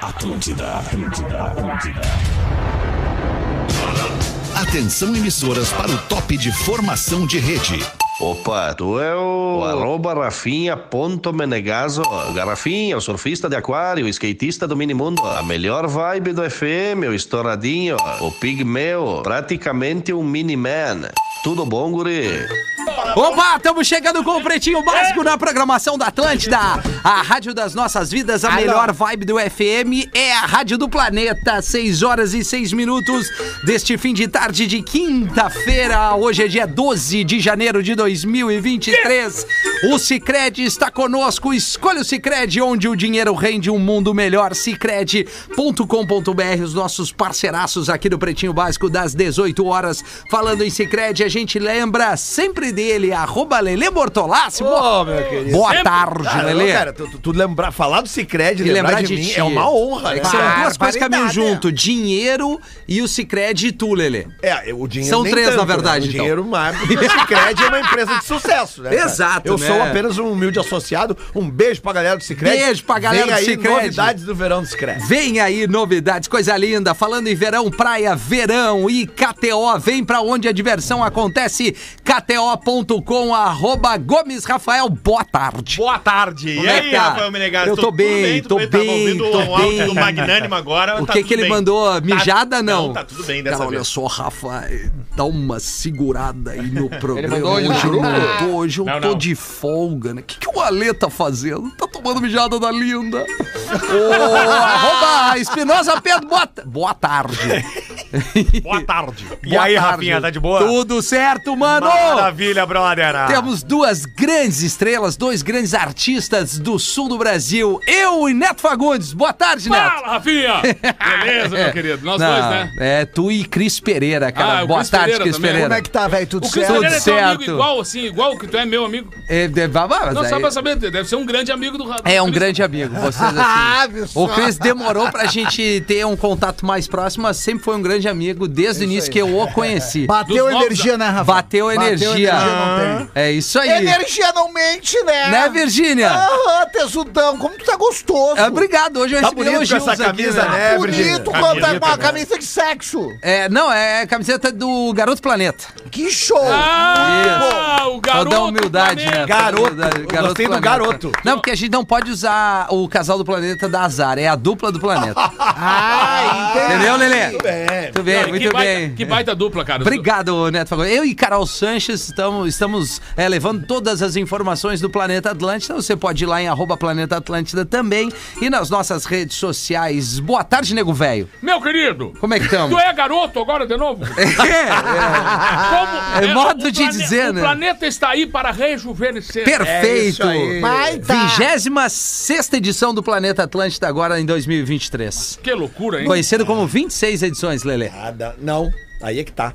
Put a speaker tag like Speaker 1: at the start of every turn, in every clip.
Speaker 1: Atlântida, Atlântida, Atlântida.
Speaker 2: Atenção emissoras para o top de formação de rede.
Speaker 3: Opa, tu é o, o arroba Rafinha ponto Menegazo. Garrafinha, o surfista de aquário, o skatista do minimundo. A melhor vibe do FM, o estouradinho, o pigmeu, praticamente um mini-man. Tudo bom, guri?
Speaker 4: Opa, estamos chegando com o Pretinho Básico na programação da Atlântida. A rádio das nossas vidas, a melhor vibe do FM é a rádio do planeta. 6 horas e 6 minutos deste fim de tarde de quinta-feira. Hoje é dia 12 de janeiro de 2023. O Cicred está conosco. Escolha o Cicred, onde o dinheiro rende um mundo melhor. Cicred.com.br, os nossos parceiraços aqui do Pretinho Básico das 18 horas. Falando em Cicred, a gente lembra sempre dele, arroba Lele Bortolassi. Boa,
Speaker 5: meu querido.
Speaker 4: boa
Speaker 5: Sempre.
Speaker 4: tarde,
Speaker 5: Cara,
Speaker 4: Lele.
Speaker 5: Cara, tu, tu- tu lembrar, falar do Cicred,
Speaker 4: E
Speaker 5: lembrar, de, mim
Speaker 4: ti.
Speaker 5: é uma honra, né?
Speaker 4: É que são
Speaker 5: Cara,
Speaker 4: duas coisas que caminham
Speaker 6: barbaridade, né?
Speaker 4: junto: dinheiro e o Cicred e tu, Lelê.
Speaker 5: É, o dinheiro
Speaker 4: São
Speaker 5: nem
Speaker 4: três,
Speaker 5: tanto,
Speaker 4: na verdade,
Speaker 5: Né? O
Speaker 4: então.
Speaker 5: dinheiro mais, porque o Cicred é uma empresa de sucesso, né? cara?
Speaker 4: Exato,
Speaker 5: Eu
Speaker 4: né?
Speaker 5: sou apenas um humilde associado. Um beijo pra galera do Cicred.
Speaker 4: Beijo pra galera
Speaker 5: Vem
Speaker 4: do
Speaker 5: aí
Speaker 4: Cicred.
Speaker 5: novidades do verão do Cicred.
Speaker 4: Vem aí novidades, coisa linda. Falando em verão, praia, verão e KTO. Vem pra onde a diversão acontece. KTO.com, arroba Gomes Rafael. Boa tarde.
Speaker 6: Boa tarde.
Speaker 4: Como
Speaker 6: e
Speaker 4: é
Speaker 6: aí,
Speaker 4: que tá?
Speaker 6: Rafael Menegas?
Speaker 4: Eu tô
Speaker 6: tudo
Speaker 4: bem,
Speaker 6: tudo
Speaker 4: tô
Speaker 6: Tava
Speaker 4: bem,
Speaker 6: ouvindo
Speaker 4: tô
Speaker 6: um áudio
Speaker 4: bem.
Speaker 6: do Magnânimo agora.
Speaker 4: O
Speaker 6: tá
Speaker 4: que,
Speaker 6: tudo
Speaker 4: que ele
Speaker 6: bem.
Speaker 4: mandou? Mijada,
Speaker 6: Tá-
Speaker 4: não?
Speaker 6: Tá tudo bem dessa
Speaker 4: Cara, olha
Speaker 6: vez.
Speaker 4: só, Rafa, eh, dá uma segurada aí no programa.
Speaker 5: mandou hoje né? no
Speaker 4: hoje, eu
Speaker 5: grupo?
Speaker 4: não tô, hoje eu
Speaker 6: Não,
Speaker 4: tô
Speaker 6: não.
Speaker 4: de folga, né? O que, que o Alê tá fazendo? Tá tomando mijada da linda. Ô, arroba Espinosa Pedro, boa, ta- boa tarde.
Speaker 6: Boa tarde. e
Speaker 4: Boa
Speaker 6: aí,
Speaker 4: tarde.
Speaker 6: Rafinha, tá de boa?
Speaker 4: Tudo certo, mano?
Speaker 6: Maravilha, brother.
Speaker 4: Temos duas grandes estrelas, dois grandes artistas do sul do Brasil. Eu e Neto Fagundes. Boa tarde, Neto.
Speaker 7: Fala, Rafinha! Beleza, meu querido? Nós
Speaker 4: É. Não,
Speaker 7: dois, né?
Speaker 4: É, tu e Cris Pereira, cara.
Speaker 7: Ah, o
Speaker 4: Boa
Speaker 7: Cris
Speaker 4: tarde,
Speaker 7: Pereira
Speaker 4: Cris
Speaker 7: também.
Speaker 4: Pereira.
Speaker 7: Como
Speaker 5: é que tá, velho? Tudo
Speaker 7: O Cris
Speaker 4: certo?
Speaker 7: Pereira é teu amigo
Speaker 4: certo.
Speaker 7: igual, assim, igual que tu é meu amigo.
Speaker 4: É, de- vá- vá, mas
Speaker 7: Não, só
Speaker 4: aí-
Speaker 7: pra saber, deve ser um grande amigo do Ra- do
Speaker 4: É um
Speaker 7: Cris.
Speaker 4: grande amigo, vocês
Speaker 5: Ah,
Speaker 4: assim. o Cris demorou pra gente ter um contato mais próximo, mas sempre foi um grande amigo
Speaker 5: É
Speaker 4: desde o início que eu o conheci.
Speaker 7: Dos
Speaker 8: Bateu
Speaker 7: novos-
Speaker 8: energia, né, Rafa?
Speaker 4: Bateu energia.
Speaker 8: não tem.
Speaker 4: É isso aí.
Speaker 8: Energia não mente, né?
Speaker 4: Né, Virgínia?
Speaker 8: Aham, tesudão, como tu tá gostoso. Tá
Speaker 4: Ah, Obrigado, hoje eu
Speaker 5: Tá
Speaker 4: recebi
Speaker 5: bonito com
Speaker 4: elogios
Speaker 5: essa camisa,
Speaker 4: aqui,
Speaker 5: né? É, Virgínia.
Speaker 8: Bonito quando tá
Speaker 6: Camiseta,
Speaker 8: com uma
Speaker 6: né?
Speaker 8: camisa de sexo.
Speaker 4: É, não, é camiseta do Garoto Planeta.
Speaker 8: Que show.
Speaker 7: Ah, o garoto.
Speaker 4: Toda a humildade, né?
Speaker 7: planeta.
Speaker 5: Garoto.
Speaker 4: Toda a humildade.
Speaker 5: Eu gostei do
Speaker 4: Planeta.
Speaker 5: garoto.
Speaker 4: Não, porque a gente não pode usar o casal do planeta da azar, é a dupla do planeta.
Speaker 8: Ah,
Speaker 4: Entendeu, Lelê? Muito
Speaker 5: bem.
Speaker 4: bem,
Speaker 7: Que
Speaker 4: muito
Speaker 7: baita-
Speaker 4: bem.
Speaker 7: Que baita dupla, cara.
Speaker 4: Obrigado, Neto Fagundes. Eu e Carol Sanches estamos, estamos é, levando todas as informações do Planeta Atlântida. Você pode ir lá em arroba Planeta Atlântida também e nas nossas redes sociais. Boa tarde, nego velho.
Speaker 7: Meu querido,
Speaker 4: Como é que
Speaker 7: tu
Speaker 4: estamos?
Speaker 7: é garoto agora de novo? Como
Speaker 4: É modo
Speaker 7: o
Speaker 4: de dizer,
Speaker 7: o
Speaker 4: né?
Speaker 7: O planeta está aí para rejuvenescer.
Speaker 5: É
Speaker 4: Perfeito!
Speaker 8: Vai tá.
Speaker 4: 26 edição do Planeta Atlântida agora em 2023.
Speaker 7: Que loucura, hein?
Speaker 4: Conhecido como 26 edições, Lelê.
Speaker 5: Nada. Não, aí é que tá.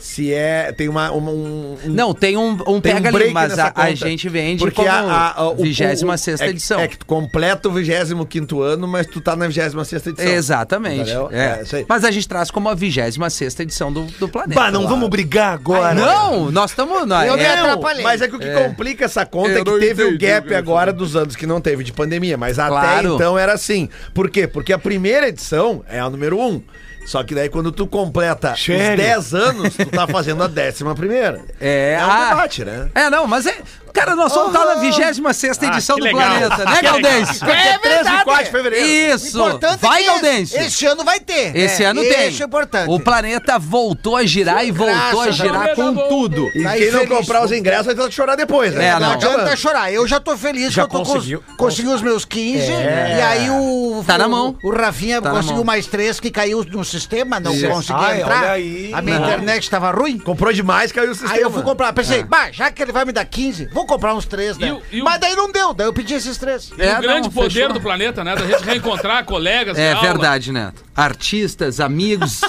Speaker 5: Se é. Tem uma. uma- um, um-
Speaker 4: Não, tem um, um
Speaker 5: Tem um
Speaker 4: pega ali,
Speaker 5: break
Speaker 4: mas
Speaker 5: nessa
Speaker 4: a, a
Speaker 5: conta.
Speaker 4: gente vende
Speaker 5: Porque
Speaker 4: como
Speaker 5: a, a, a, o- o-
Speaker 4: 26
Speaker 5: é que-
Speaker 4: edição.
Speaker 5: É que tu completa o 25 ano, mas tu tá na 26 edição.
Speaker 4: Exatamente.
Speaker 5: Entendeu?
Speaker 4: é.
Speaker 5: É, isso aí.
Speaker 4: Mas a gente traz como a 26 edição do, do planeta. Claro.
Speaker 5: brigar agora.
Speaker 4: Não, nós estamos.
Speaker 8: Eu me
Speaker 4: É,
Speaker 8: atrapalhei.
Speaker 5: Mas Ah, é que o que complica essa conta
Speaker 4: Eu
Speaker 5: é que
Speaker 4: não
Speaker 5: teve o
Speaker 4: entendi o que
Speaker 5: gap
Speaker 4: ele
Speaker 5: agora dos anos que não teve de pandemia, mas
Speaker 4: Claro.
Speaker 5: até então era assim. Por quê? Porque a primeira edição é a número um. Só que daí quando tu completa os 10 anos, tu tá fazendo a décima primeira.
Speaker 4: é,
Speaker 5: é um
Speaker 4: ah,
Speaker 5: debate, né? Uhum.
Speaker 4: É, não, mas é. Cara, nós somos tá na 26 edição
Speaker 6: Ah, que
Speaker 4: do
Speaker 6: legal.
Speaker 4: planeta, né,
Speaker 6: Que legal.
Speaker 4: Galdêncio?
Speaker 5: 13
Speaker 8: É
Speaker 5: e 4 de
Speaker 8: verdade.
Speaker 5: fevereiro.
Speaker 4: Isso!
Speaker 8: Importante
Speaker 4: Vai,
Speaker 8: é que esse-
Speaker 4: Galdêncio!
Speaker 8: Este ano vai ter.
Speaker 4: Esse
Speaker 8: É,
Speaker 4: ano tem.
Speaker 8: Este é importante.
Speaker 4: O planeta voltou a girar e voltou a
Speaker 8: Graças
Speaker 4: girar
Speaker 7: ao
Speaker 4: com
Speaker 7: Deus.
Speaker 4: tudo.
Speaker 5: E
Speaker 8: Tá
Speaker 5: quem não
Speaker 8: infeliz.
Speaker 5: comprar os ingressos vai ter que chorar depois, né?
Speaker 4: É,
Speaker 5: Tá
Speaker 4: não.
Speaker 8: Não adianta
Speaker 5: acabando.
Speaker 8: chorar. Eu já tô feliz
Speaker 5: Já
Speaker 8: que eu tô
Speaker 5: conseguiu. É.
Speaker 8: cons- consegui os meus 15. E aí o.
Speaker 4: Tá na
Speaker 8: o-
Speaker 4: mão.
Speaker 8: O Rafinha
Speaker 4: Tá na
Speaker 8: conseguiu
Speaker 4: mão.
Speaker 8: mais três que caiu no sistema, não
Speaker 5: Isso.
Speaker 8: consegui
Speaker 5: Ai,
Speaker 8: entrar.
Speaker 5: olha aí.
Speaker 8: A minha
Speaker 5: Não.
Speaker 8: internet tava ruim.
Speaker 5: Comprou demais, caiu o sistema.
Speaker 8: Aí eu fui comprar, pensei, bah, já que ele vai me dar 15, vou comprar uns três, né?
Speaker 7: E o- e o-
Speaker 8: Mas daí não deu, daí eu pedi esses três.
Speaker 4: É,
Speaker 7: o grande
Speaker 4: não,
Speaker 7: poder
Speaker 4: fechou.
Speaker 7: do planeta, né? Da gente reencontrar colegas.
Speaker 4: É
Speaker 7: aula.
Speaker 4: verdade, né? Artistas, amigos,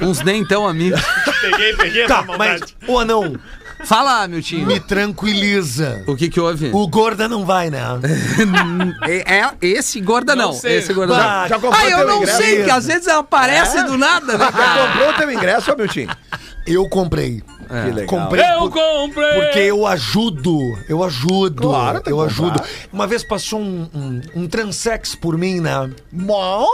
Speaker 4: uns nem tão amigos.
Speaker 6: Peguei, peguei
Speaker 4: Tá,
Speaker 6: essa maldade.
Speaker 5: Ô, anão,
Speaker 4: Fala, meu time.
Speaker 5: tranquiliza.
Speaker 4: O que que houve?
Speaker 5: gorda não vai, né?
Speaker 4: É, é- esse gorda não.
Speaker 7: Não sei.
Speaker 4: Esse gorda
Speaker 5: Bah, já
Speaker 4: não.
Speaker 5: comprou
Speaker 4: Ah, eu
Speaker 5: teu
Speaker 4: não
Speaker 5: ingresso?
Speaker 4: sei, que às vezes aparece do nada, né,
Speaker 5: Já
Speaker 4: cara? É.
Speaker 5: comprou o teu ingresso, ô, meu time?
Speaker 9: Eu comprei.
Speaker 5: Que legal.
Speaker 6: Comprei
Speaker 7: Eu
Speaker 6: por-
Speaker 7: comprei!
Speaker 6: porque eu ajudo, eu ajudo,
Speaker 5: Claro, tem que
Speaker 6: eu ajudo.
Speaker 5: comprar.
Speaker 6: Uma vez passou um, um, um transex por mim, né? Mó!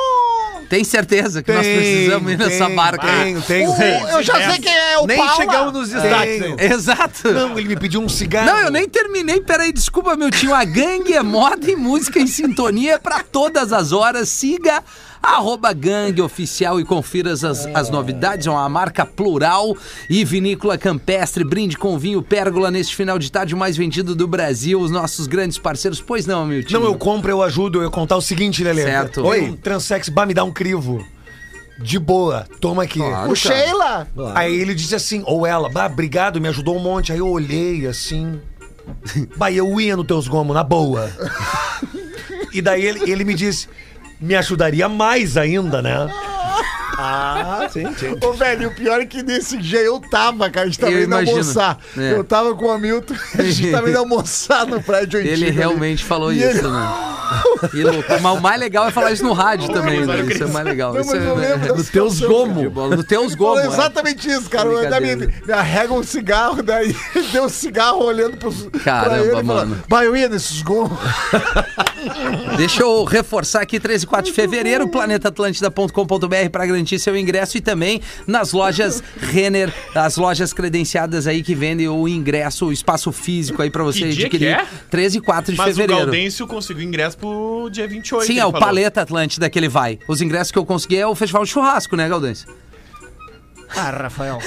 Speaker 4: Tem certeza que nós precisamos ir nessa barca. aí.
Speaker 6: Tenho, tenho.
Speaker 8: O- eu já sei quem é o
Speaker 5: Nem
Speaker 8: Paula.
Speaker 5: chegamos nos destaques.
Speaker 6: Tenho.
Speaker 5: ainda.
Speaker 4: Exato. Não,
Speaker 6: Não, ele me pediu um cigarro.
Speaker 4: eu nem terminei. Peraí, desculpa, meu tio. A gangue é moda e música em sintonia é pra todas as horas. Siga arroba gangue oficial e confira as, as novidades. É uma marca plural e vinícola campestre. Brinde com vinho Pérgola neste final de tarde o mais vendido do Brasil. Os nossos grandes parceiros. Pois não, meu tio.
Speaker 6: Não, eu compro, eu ajudo. Eu ia contar o seguinte, Lelê.
Speaker 4: Certo.
Speaker 6: Oi.
Speaker 4: Oi.
Speaker 6: Um transex, bah, me dá um crivo. De boa, toma aqui.
Speaker 4: Claro.
Speaker 8: O Sheila.
Speaker 6: Aí ele disse assim, ou ela, bah, obrigado, me ajudou um monte. Aí eu olhei assim. Bah, eu ia no teus gomos, na boa. e daí ele, ele me disse, me ajudaria mais ainda, né?
Speaker 5: Ah, sim, sim.
Speaker 8: Ô, velho, o pior é que nesse dia eu tava, cara. A gente tava
Speaker 4: Eu
Speaker 8: indo
Speaker 4: imagino.
Speaker 8: almoçar.
Speaker 4: É.
Speaker 8: Eu tava com o Hamilton, a gente tava indo almoçar no prédio antigo.
Speaker 4: Ele
Speaker 8: ali.
Speaker 4: realmente falou
Speaker 8: né? E
Speaker 4: isso,
Speaker 8: ele-
Speaker 4: né? E louco. Mas o mais legal é falar isso no rádio também, né? Isso é mais legal.
Speaker 8: Não,
Speaker 4: Isso
Speaker 8: mas eu
Speaker 4: é,
Speaker 8: lembro
Speaker 4: no
Speaker 8: dessa
Speaker 4: teus
Speaker 8: canção,
Speaker 4: gomo. No teus
Speaker 8: Ele falou
Speaker 4: gomo. é.
Speaker 8: exatamente isso, cara. Eu, daí me,
Speaker 4: Brincadeira.
Speaker 8: me arrega um cigarro, daí ele deu um cigarro olhando pros,
Speaker 4: Caramba,
Speaker 8: pra ele e falou,
Speaker 4: mano.
Speaker 8: vai, eu ia nesses gomos.
Speaker 4: Deixa eu reforçar aqui, 13 e 4 de fevereiro, planetaatlântida.com.br para garantir seu ingresso e também nas lojas Renner, as lojas credenciadas aí que vendem o ingresso, o espaço físico aí para você
Speaker 10: Que dia
Speaker 4: adquirir.
Speaker 10: que é?
Speaker 4: 13 e 4 de
Speaker 10: Mas o
Speaker 4: fevereiro.
Speaker 10: Gaudêncio conseguiu ingresso pro dia 28.
Speaker 4: Sim,
Speaker 10: ele
Speaker 4: é o
Speaker 10: falou.
Speaker 4: Paleta Atlântida que ele vai. Os ingressos que eu consegui é o Festival de Churrasco, né, Gaudêncio?
Speaker 8: Ah, Rafael.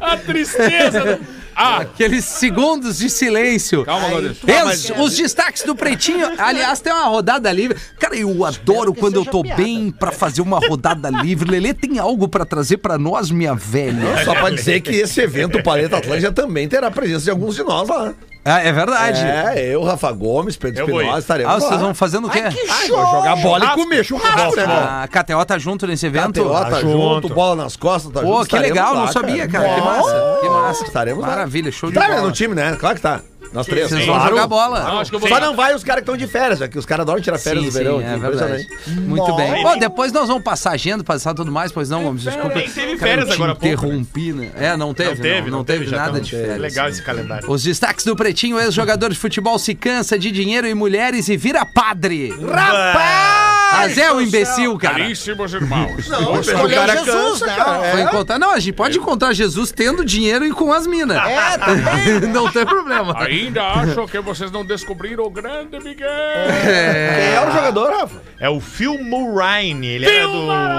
Speaker 7: A tristeza. do- Ah,
Speaker 4: Aqueles segundos de silêncio.
Speaker 7: calma, Gaudêncio.
Speaker 4: Ex- os destaques do Pretinho. Aliás, tem uma rodada livre. Cara, eu adoro quando eu tô bem pra fazer uma rodada livre. Lelê tem algo pra trazer pra nós, minha velha?
Speaker 5: Só pra dizer que esse evento, o Paleta Atlântica, também terá a presença de alguns de nós lá.
Speaker 4: Ah, é verdade.
Speaker 5: É, eu, Rafa Gomes, Pedro
Speaker 10: Eu vou
Speaker 5: Espinosa,
Speaker 10: ir.
Speaker 5: estaremos
Speaker 4: Ah,
Speaker 5: lá.
Speaker 4: vocês vão fazendo o quê?
Speaker 5: Ah, vou jogar bola e comer churrasco, né, cara?
Speaker 4: A KTO tá junto nesse evento? Ah,
Speaker 5: KTO tá junto, bola nas costas, tá junto.
Speaker 4: Pô, que
Speaker 5: estaremos
Speaker 4: legal,
Speaker 5: lá,
Speaker 4: não
Speaker 5: cara.
Speaker 4: sabia, cara. Que massa, que massa.
Speaker 5: Estaremos lá.
Speaker 4: Maravilha, show de
Speaker 5: Tá né,
Speaker 4: bola.
Speaker 5: no time, né? Claro que tá. Nós três.
Speaker 4: Vocês vão jogar bola. Não,
Speaker 7: acho que eu vou
Speaker 5: Só
Speaker 7: jogar.
Speaker 5: não vai os caras que estão de férias, é que os caras adoram tirar férias
Speaker 4: Sim,
Speaker 5: no verão.
Speaker 4: sim,
Speaker 5: aqui,
Speaker 4: é verdade.
Speaker 5: impressionante.
Speaker 4: Muito bem. Bom, depois nós vamos passar agenda, passar tudo mais, pois não, vamos desculpa.
Speaker 10: nem teve
Speaker 4: Cara, eu
Speaker 10: férias
Speaker 4: te
Speaker 10: agora há pouco,
Speaker 4: Interrompi, né? É, não teve, não, não teve
Speaker 10: já
Speaker 4: nada
Speaker 10: tão-
Speaker 4: de férias.
Speaker 10: Legal esse calendário.
Speaker 4: Os destaques do Pretinho, ex-jogador de futebol se cansa de dinheiro e mulheres e vira padre. Rapaz! Mas é um imbecil, cara.
Speaker 7: Caríssimos irmãos.
Speaker 8: Escolheu
Speaker 5: cara
Speaker 8: Jesus,
Speaker 5: cansa,
Speaker 8: né?
Speaker 5: cara.
Speaker 10: É?
Speaker 4: Foi encontrar... Não, a gente pode encontrar Jesus tendo dinheiro e com as minas.
Speaker 8: É, também.
Speaker 4: não tem problema.
Speaker 7: Ainda acho que vocês não descobriram o grande Miguel.
Speaker 5: Quem é o jogador, Rafa?
Speaker 10: É o Phil Murrine, ele era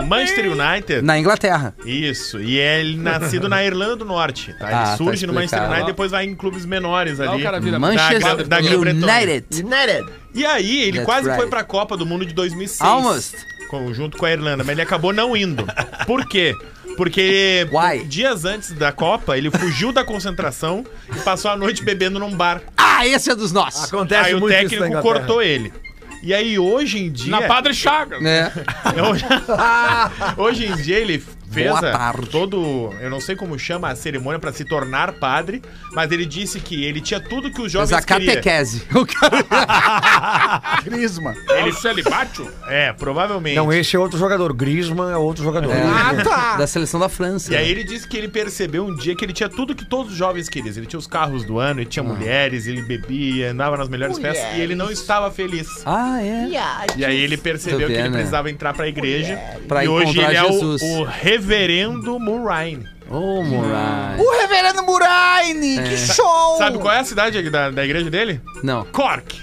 Speaker 10: do Manchester United.
Speaker 4: Na Inglaterra.
Speaker 10: Isso, e é, ele nascido na Irlanda do Norte, tá? Ele
Speaker 4: Ah, tá
Speaker 10: surge no Manchester
Speaker 4: explicado.
Speaker 10: United e depois vai em clubes menores
Speaker 7: Olha
Speaker 10: ali.
Speaker 7: o cara vira-
Speaker 4: Manchester
Speaker 10: da Gran Bretanha.
Speaker 4: United.
Speaker 8: né,
Speaker 10: E aí, ele
Speaker 4: That's
Speaker 10: quase
Speaker 4: right.
Speaker 10: foi pra Copa do Mundo de 2006.
Speaker 4: Almost.
Speaker 10: com- junto com a Irlanda, mas ele acabou não indo. Por quê? Porque
Speaker 4: Why?
Speaker 10: dias antes da Copa, ele fugiu da concentração e passou a noite bebendo num bar.
Speaker 4: Ah, esse é dos nossos.
Speaker 5: Acontece
Speaker 10: aí o
Speaker 5: muito isso na
Speaker 10: técnico
Speaker 5: Inglaterra.
Speaker 10: cortou ele. E aí, hoje em dia.
Speaker 7: Na Padre Chagas.
Speaker 4: É.
Speaker 10: Hoje- Hoje em dia ele fez
Speaker 4: Boa
Speaker 10: a-
Speaker 4: tarde.
Speaker 10: todo, eu não sei como chama a cerimônia pra se tornar padre, mas ele disse que ele tinha tudo que os jovens
Speaker 4: Mas a
Speaker 10: queriam.
Speaker 4: catequese. O cara...
Speaker 8: Crisma.
Speaker 7: Ele celibátio?
Speaker 10: É, provavelmente.
Speaker 6: Não, esse é outro jogador. Grisman é outro jogador.
Speaker 4: Ah, tá. Da seleção da França.
Speaker 10: E aí ele disse que ele percebeu um dia que ele tinha tudo que todos os jovens queriam. Ele tinha os carros do ano, ele
Speaker 4: Ah.
Speaker 10: tinha mulheres, ele bebia, andava nas melhores festas e ele não estava feliz.
Speaker 4: Ah, é.
Speaker 10: E aí ele percebeu
Speaker 4: Tô
Speaker 10: que
Speaker 4: vendo,
Speaker 10: ele
Speaker 4: né?
Speaker 10: precisava entrar pra igreja.
Speaker 4: Pra
Speaker 10: e hoje
Speaker 4: encontrar
Speaker 10: ele é
Speaker 4: Jesus.
Speaker 10: o, o reverendo Murrine.
Speaker 4: Ô, oh,
Speaker 8: O reverendo Muraine, que show!
Speaker 10: Sabe qual é a cidade da, da igreja dele?
Speaker 4: Não.
Speaker 10: Cork.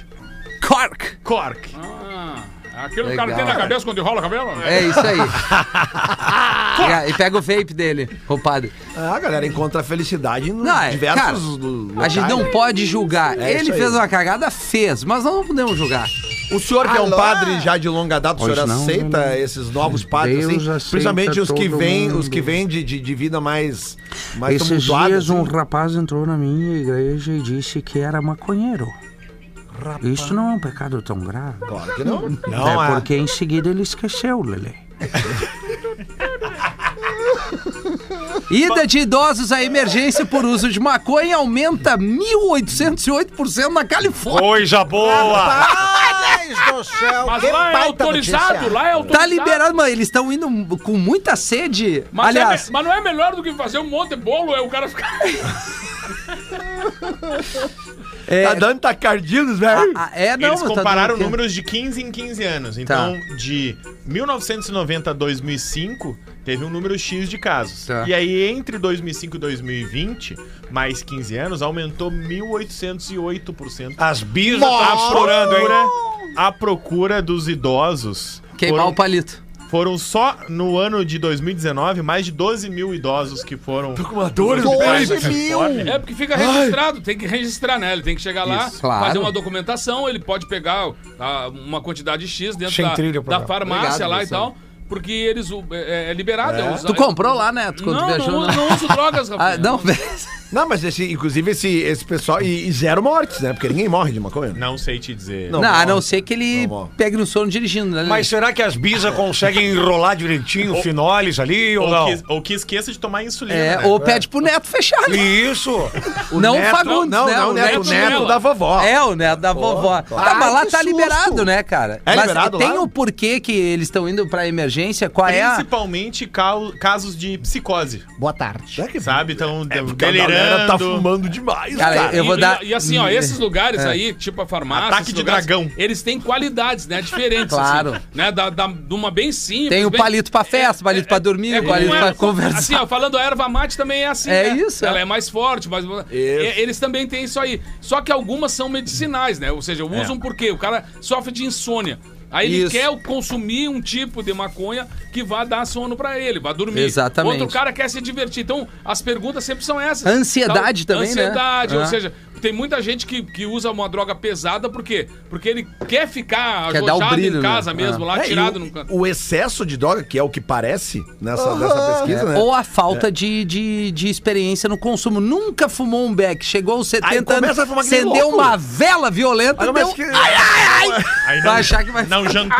Speaker 4: Cork!
Speaker 10: Cork.
Speaker 7: Ah, aquilo que o cara
Speaker 4: Legal.
Speaker 7: tem na cabeça quando enrola o cabelo?
Speaker 4: É isso aí. E a- e pega o vape dele, roupado.
Speaker 5: Ah, a galera encontra felicidade nos
Speaker 4: Não, é,
Speaker 5: diversos
Speaker 4: cara,
Speaker 5: lu-
Speaker 4: A gente não
Speaker 5: locais.
Speaker 4: pode julgar.
Speaker 5: É
Speaker 4: Ele
Speaker 5: isso aí.
Speaker 4: fez uma cagada? Fez, mas nós não podemos julgar.
Speaker 5: O senhor que é um
Speaker 8: Alô?
Speaker 5: padre já de longa data, o
Speaker 11: Pois
Speaker 5: senhor
Speaker 11: não,
Speaker 5: aceita
Speaker 11: não, não.
Speaker 5: esses novos padres,
Speaker 11: Deus
Speaker 5: assim?
Speaker 11: aceita
Speaker 5: Principalmente os que
Speaker 11: todo
Speaker 5: vêm,
Speaker 11: mundo.
Speaker 5: os que vêm de, de, de vida mais, mais
Speaker 11: Esses
Speaker 5: tumultuada,
Speaker 11: dias um
Speaker 5: assim.
Speaker 11: rapaz entrou na minha igreja e disse que era maconheiro. Isso não é um pecado tão grave.
Speaker 5: Claro que não.
Speaker 11: é
Speaker 5: Não, é.
Speaker 11: porque em seguida ele esqueceu, Lele.
Speaker 4: Ida de idosos à emergência por uso de maconha aumenta 1.808% na Califórnia.
Speaker 10: Coisa boa!
Speaker 8: Ah, né? Rapazes do céu,
Speaker 7: Mas
Speaker 8: que
Speaker 7: lá é
Speaker 8: baita
Speaker 7: autorizado,
Speaker 8: notícia.
Speaker 7: lá é autorizado.
Speaker 4: Tá liberado, mano. Eles estão indo com muita sede.
Speaker 7: Mas,
Speaker 4: Aliás,
Speaker 7: é me- mas não é melhor do que fazer um monte de bolo, é o cara ficar.
Speaker 4: é,
Speaker 5: Tá dando tacardinos, velho.
Speaker 4: a- é, não,
Speaker 10: Eles
Speaker 4: mas tá
Speaker 10: compararam
Speaker 4: dando- Tá.
Speaker 10: números de 15 em 15 anos. Então, de 1990 a 2005, teve um número X de casos.
Speaker 4: Tá.
Speaker 10: E aí, entre 2005 e 2020, mais 15 anos, aumentou 1.808%.
Speaker 6: As bichas
Speaker 4: Ah,
Speaker 6: tá
Speaker 10: A
Speaker 6: chorando, hein?
Speaker 10: procura, a procura dos idosos
Speaker 4: Queimar
Speaker 10: foram,
Speaker 4: o palito.
Speaker 10: foram só, no ano de 2019, mais de 12 mil idosos que foram...
Speaker 6: com uma dor no
Speaker 8: 12 mil.
Speaker 7: É porque fica registrado, tem que registrar, né? Ele tem que chegar lá,
Speaker 4: Isso, claro.
Speaker 7: fazer uma documentação, ele pode pegar ah, uma quantidade X dentro
Speaker 6: Sem
Speaker 7: da,
Speaker 6: trilha,
Speaker 7: da
Speaker 6: programa.
Speaker 7: farmácia
Speaker 4: Obrigado,
Speaker 7: lá e
Speaker 4: Luciano.
Speaker 7: tal, porque eles o- é, é liberado. é usar-
Speaker 4: Tu comprou lá, né? Tu, quando
Speaker 7: Não,
Speaker 4: viajou,
Speaker 7: não,
Speaker 4: né?
Speaker 7: não uso drogas,
Speaker 4: Ah,
Speaker 7: rapaz.
Speaker 4: não, velho.
Speaker 5: Não, mas esse, inclusive esse, esse pessoal. E, e zero mortes, né? Porque ninguém morre de maconha.
Speaker 10: Não sei te dizer.
Speaker 4: Não, a não ser que ele
Speaker 5: Não, bom.
Speaker 4: pegue no sono dirigindo, né?
Speaker 6: Mas será que as bisas conseguem enrolar direitinho finoles ali ou
Speaker 10: Ou
Speaker 6: não?
Speaker 10: que, ou que esqueça de tomar insulina,
Speaker 4: É,
Speaker 10: né?
Speaker 4: ou pede pro neto fechar, né?
Speaker 6: Isso!
Speaker 4: não o
Speaker 5: Neto-
Speaker 4: Fagundes,
Speaker 5: não,
Speaker 4: né?
Speaker 5: Não, o neto, o neto
Speaker 7: dela.
Speaker 5: da vovó.
Speaker 4: É, o neto da vovó. Tá, mas lá tá liberado, né, cara?
Speaker 5: É
Speaker 4: mas
Speaker 5: liberado
Speaker 4: tem
Speaker 5: lá?
Speaker 4: o porquê que eles estão indo pra emergência? Qual é a...
Speaker 10: Principalmente cau- casos de psicose.
Speaker 8: Boa tarde.
Speaker 10: Sabe? Então,
Speaker 5: é Porque a galera
Speaker 10: delirando.
Speaker 5: tá fumando demais,
Speaker 4: Cara,
Speaker 5: cara.
Speaker 4: eu vou
Speaker 7: e,
Speaker 4: dar- É.
Speaker 7: e- e assim, ó, esses lugares aí, tipo a farmácia.
Speaker 10: Ataque
Speaker 7: esses
Speaker 10: de
Speaker 7: lugares,
Speaker 10: dragão.
Speaker 7: Eles têm qualidades, né? Diferentes.
Speaker 4: Claro.
Speaker 7: assim, né? Da, da- de uma bem simples.
Speaker 4: Tem o
Speaker 7: bem-
Speaker 4: palito pra festa, palito pra dormir,
Speaker 7: É como
Speaker 4: palito
Speaker 7: era-
Speaker 4: pra conversar.
Speaker 7: Assim, ó, falando a erva mate também é assim.
Speaker 4: tá É
Speaker 7: né?
Speaker 4: isso,
Speaker 7: Ela
Speaker 4: é.
Speaker 7: é mais forte, mas. E- Eles também têm isso aí. Só que algumas são medicinais, né? Ou seja, usam por quê? O cara sofre de insônia. Aí ele
Speaker 4: É. Isso.
Speaker 7: quer consumir um tipo de maconha que vá dar sono pra ele, vá dormir.
Speaker 4: Exatamente.
Speaker 7: Outro cara quer se divertir. Então, as perguntas sempre são essas. Então,
Speaker 4: Ansiedade também, né?
Speaker 7: Ansiedade,
Speaker 4: Ah.
Speaker 7: ou seja, tem muita gente que, que usa uma droga pesada, por quê? Porque ele quer ficar
Speaker 4: Quer dar o
Speaker 7: ajoelhado
Speaker 4: brilho,
Speaker 7: em casa
Speaker 4: né?
Speaker 7: mesmo,
Speaker 4: Ah.
Speaker 7: lá
Speaker 5: É, e
Speaker 7: tirado
Speaker 5: o,
Speaker 7: num canto.
Speaker 5: o excesso de droga, que é o que parece nessa, nessa pesquisa, né?
Speaker 4: Ou a falta de, de, de experiência no consumo. Nunca fumou um beck. Chegou aos 70 anos,
Speaker 5: começa a fumar que nem
Speaker 4: acendeu
Speaker 5: louco.
Speaker 4: uma vela violenta,
Speaker 5: Mas é
Speaker 4: deu...
Speaker 5: que-
Speaker 10: Aí não,
Speaker 4: Vai achar que vai...
Speaker 10: não jantou.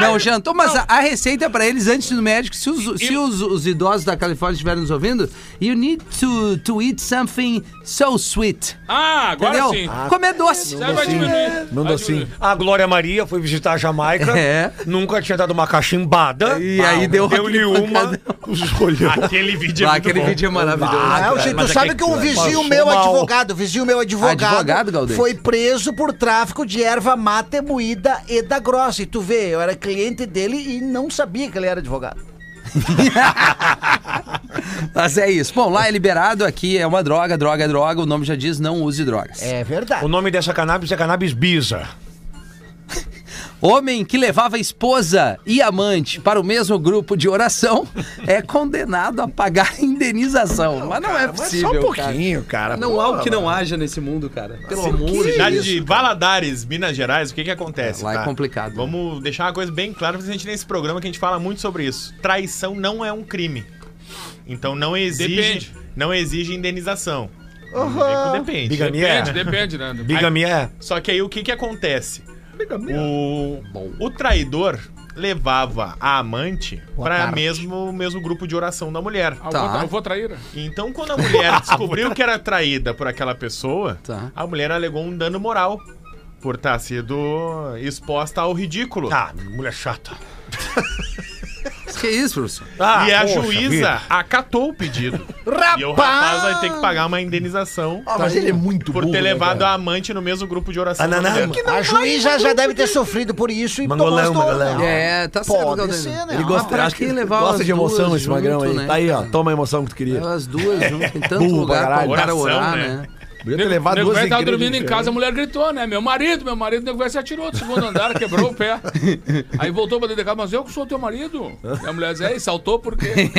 Speaker 4: Não, jantou, mas a, a receita pra eles antes do médico, se, os, se os, os idosos da Califórnia estiverem nos ouvindo, you need to, to eat something so sweet.
Speaker 7: Ah, agora
Speaker 4: Entendeu?
Speaker 7: sim.
Speaker 4: Comer doce.
Speaker 7: Aí vai diminuir.
Speaker 5: Não
Speaker 7: Vai
Speaker 5: dou sim.
Speaker 7: diminuir.
Speaker 6: A Glória Maria foi visitar a Jamaica,
Speaker 4: É.
Speaker 6: nunca tinha dado uma cachimbada.
Speaker 4: E aí deu
Speaker 6: Deu-lhe
Speaker 4: aquele
Speaker 6: uma, os olhou.
Speaker 10: Aquele vídeo é
Speaker 4: Ah,
Speaker 10: muito
Speaker 4: aquele
Speaker 10: bom.
Speaker 4: vídeo é maravilhoso.
Speaker 8: Ah,
Speaker 4: cara.
Speaker 8: gente,
Speaker 4: Mas é
Speaker 8: tu sabe que um vizinho
Speaker 6: passou
Speaker 8: meu
Speaker 6: mal.
Speaker 8: advogado, vizinho meu advogado,
Speaker 4: Advogado, Galdêncio?
Speaker 8: foi preso por tráfico de erva mate moída e da grossa. E tu vê, eu era cliente dele e não sabia que ele era advogado.
Speaker 4: Mas é isso. Bom, lá é liberado, aqui é uma droga, droga é droga, o nome já diz, não use drogas.
Speaker 8: É verdade.
Speaker 6: O nome dessa cannabis é cannabis bisa.
Speaker 4: Homem que levava esposa e amante para o mesmo grupo de oração é condenado a pagar indenização. Mas não é possível,
Speaker 5: Só um
Speaker 4: cara.
Speaker 5: pouquinho, cara.
Speaker 4: Não
Speaker 5: Pô,
Speaker 4: há o que não
Speaker 5: mano.
Speaker 4: haja nesse mundo, cara. Pelo
Speaker 5: Assim,
Speaker 4: amor
Speaker 5: que
Speaker 4: de
Speaker 10: Cidade
Speaker 4: Deus.
Speaker 10: de Valadares, Minas Gerais, o que que acontece?
Speaker 4: É, lá é complicado.
Speaker 10: Vamos deixar uma coisa bem clara, porque a gente nesse programa que a gente fala muito sobre isso. Traição não é um crime. Então não exige,
Speaker 7: Depende.
Speaker 10: não exige indenização. Depende.
Speaker 6: Bigamia
Speaker 7: Depende,
Speaker 6: é.
Speaker 7: depende, né?
Speaker 6: Bigamia é.
Speaker 10: Só que aí o que que acontece? O, o traidor levava a amante para mesmo mesmo grupo de oração da mulher.
Speaker 7: Ah, eu
Speaker 4: Tá.
Speaker 7: vou tra- Eu vou trair.
Speaker 10: Então, quando a mulher descobriu que era traída por aquela pessoa,
Speaker 4: Ah, Tá.
Speaker 10: a mulher alegou um dano moral por estar sido exposta ao ridículo.
Speaker 4: Tá.
Speaker 6: Ah, mulher chata.
Speaker 4: Que é isso, professor?
Speaker 6: Ah,
Speaker 10: e a
Speaker 6: poxa
Speaker 10: juíza
Speaker 6: vida.
Speaker 10: acatou o pedido. E o rapaz vai ter que pagar uma indenização
Speaker 4: Ah,
Speaker 5: Mas ele é muito
Speaker 10: por
Speaker 5: burro,
Speaker 10: ter
Speaker 5: né,
Speaker 10: levado
Speaker 5: cara?
Speaker 10: a amante no mesmo grupo de oração.
Speaker 6: Ananama.
Speaker 8: A juíza já deve ter sofrido por isso e
Speaker 6: Mangolão,
Speaker 8: tomou as dores,
Speaker 6: mangolão.
Speaker 8: né?
Speaker 4: É, tá certo,
Speaker 8: Pode
Speaker 4: Galdêncio.
Speaker 8: ser, né?
Speaker 5: Ele
Speaker 4: Ah,
Speaker 5: gosta,
Speaker 4: pra
Speaker 5: acho que
Speaker 4: que
Speaker 5: ele
Speaker 4: levar
Speaker 5: gosta
Speaker 4: as
Speaker 5: de emoção,
Speaker 4: duas
Speaker 5: esse magrão
Speaker 4: junto,
Speaker 5: aí.
Speaker 4: né,
Speaker 5: Tá aí, ó.
Speaker 4: cara?
Speaker 5: Toma a emoção que tu queria.
Speaker 4: Elas duas juntas, em tanto
Speaker 5: Burro pra
Speaker 4: lugar pra
Speaker 5: caralho.
Speaker 4: o cara
Speaker 10: Oração,
Speaker 4: orar,
Speaker 10: né?
Speaker 4: né?
Speaker 5: Podia ter levado
Speaker 7: o nego
Speaker 5: duas
Speaker 7: velho tava
Speaker 5: igrejas
Speaker 7: dormindo em
Speaker 5: diferentes.
Speaker 7: casa, a mulher gritou, né? Meu marido, meu marido, o nego velho se atirou do segundo andar, quebrou o pé. Aí voltou pra dentro da casa, mas eu que sou teu marido. E a mulher diz, é, e saltou porque.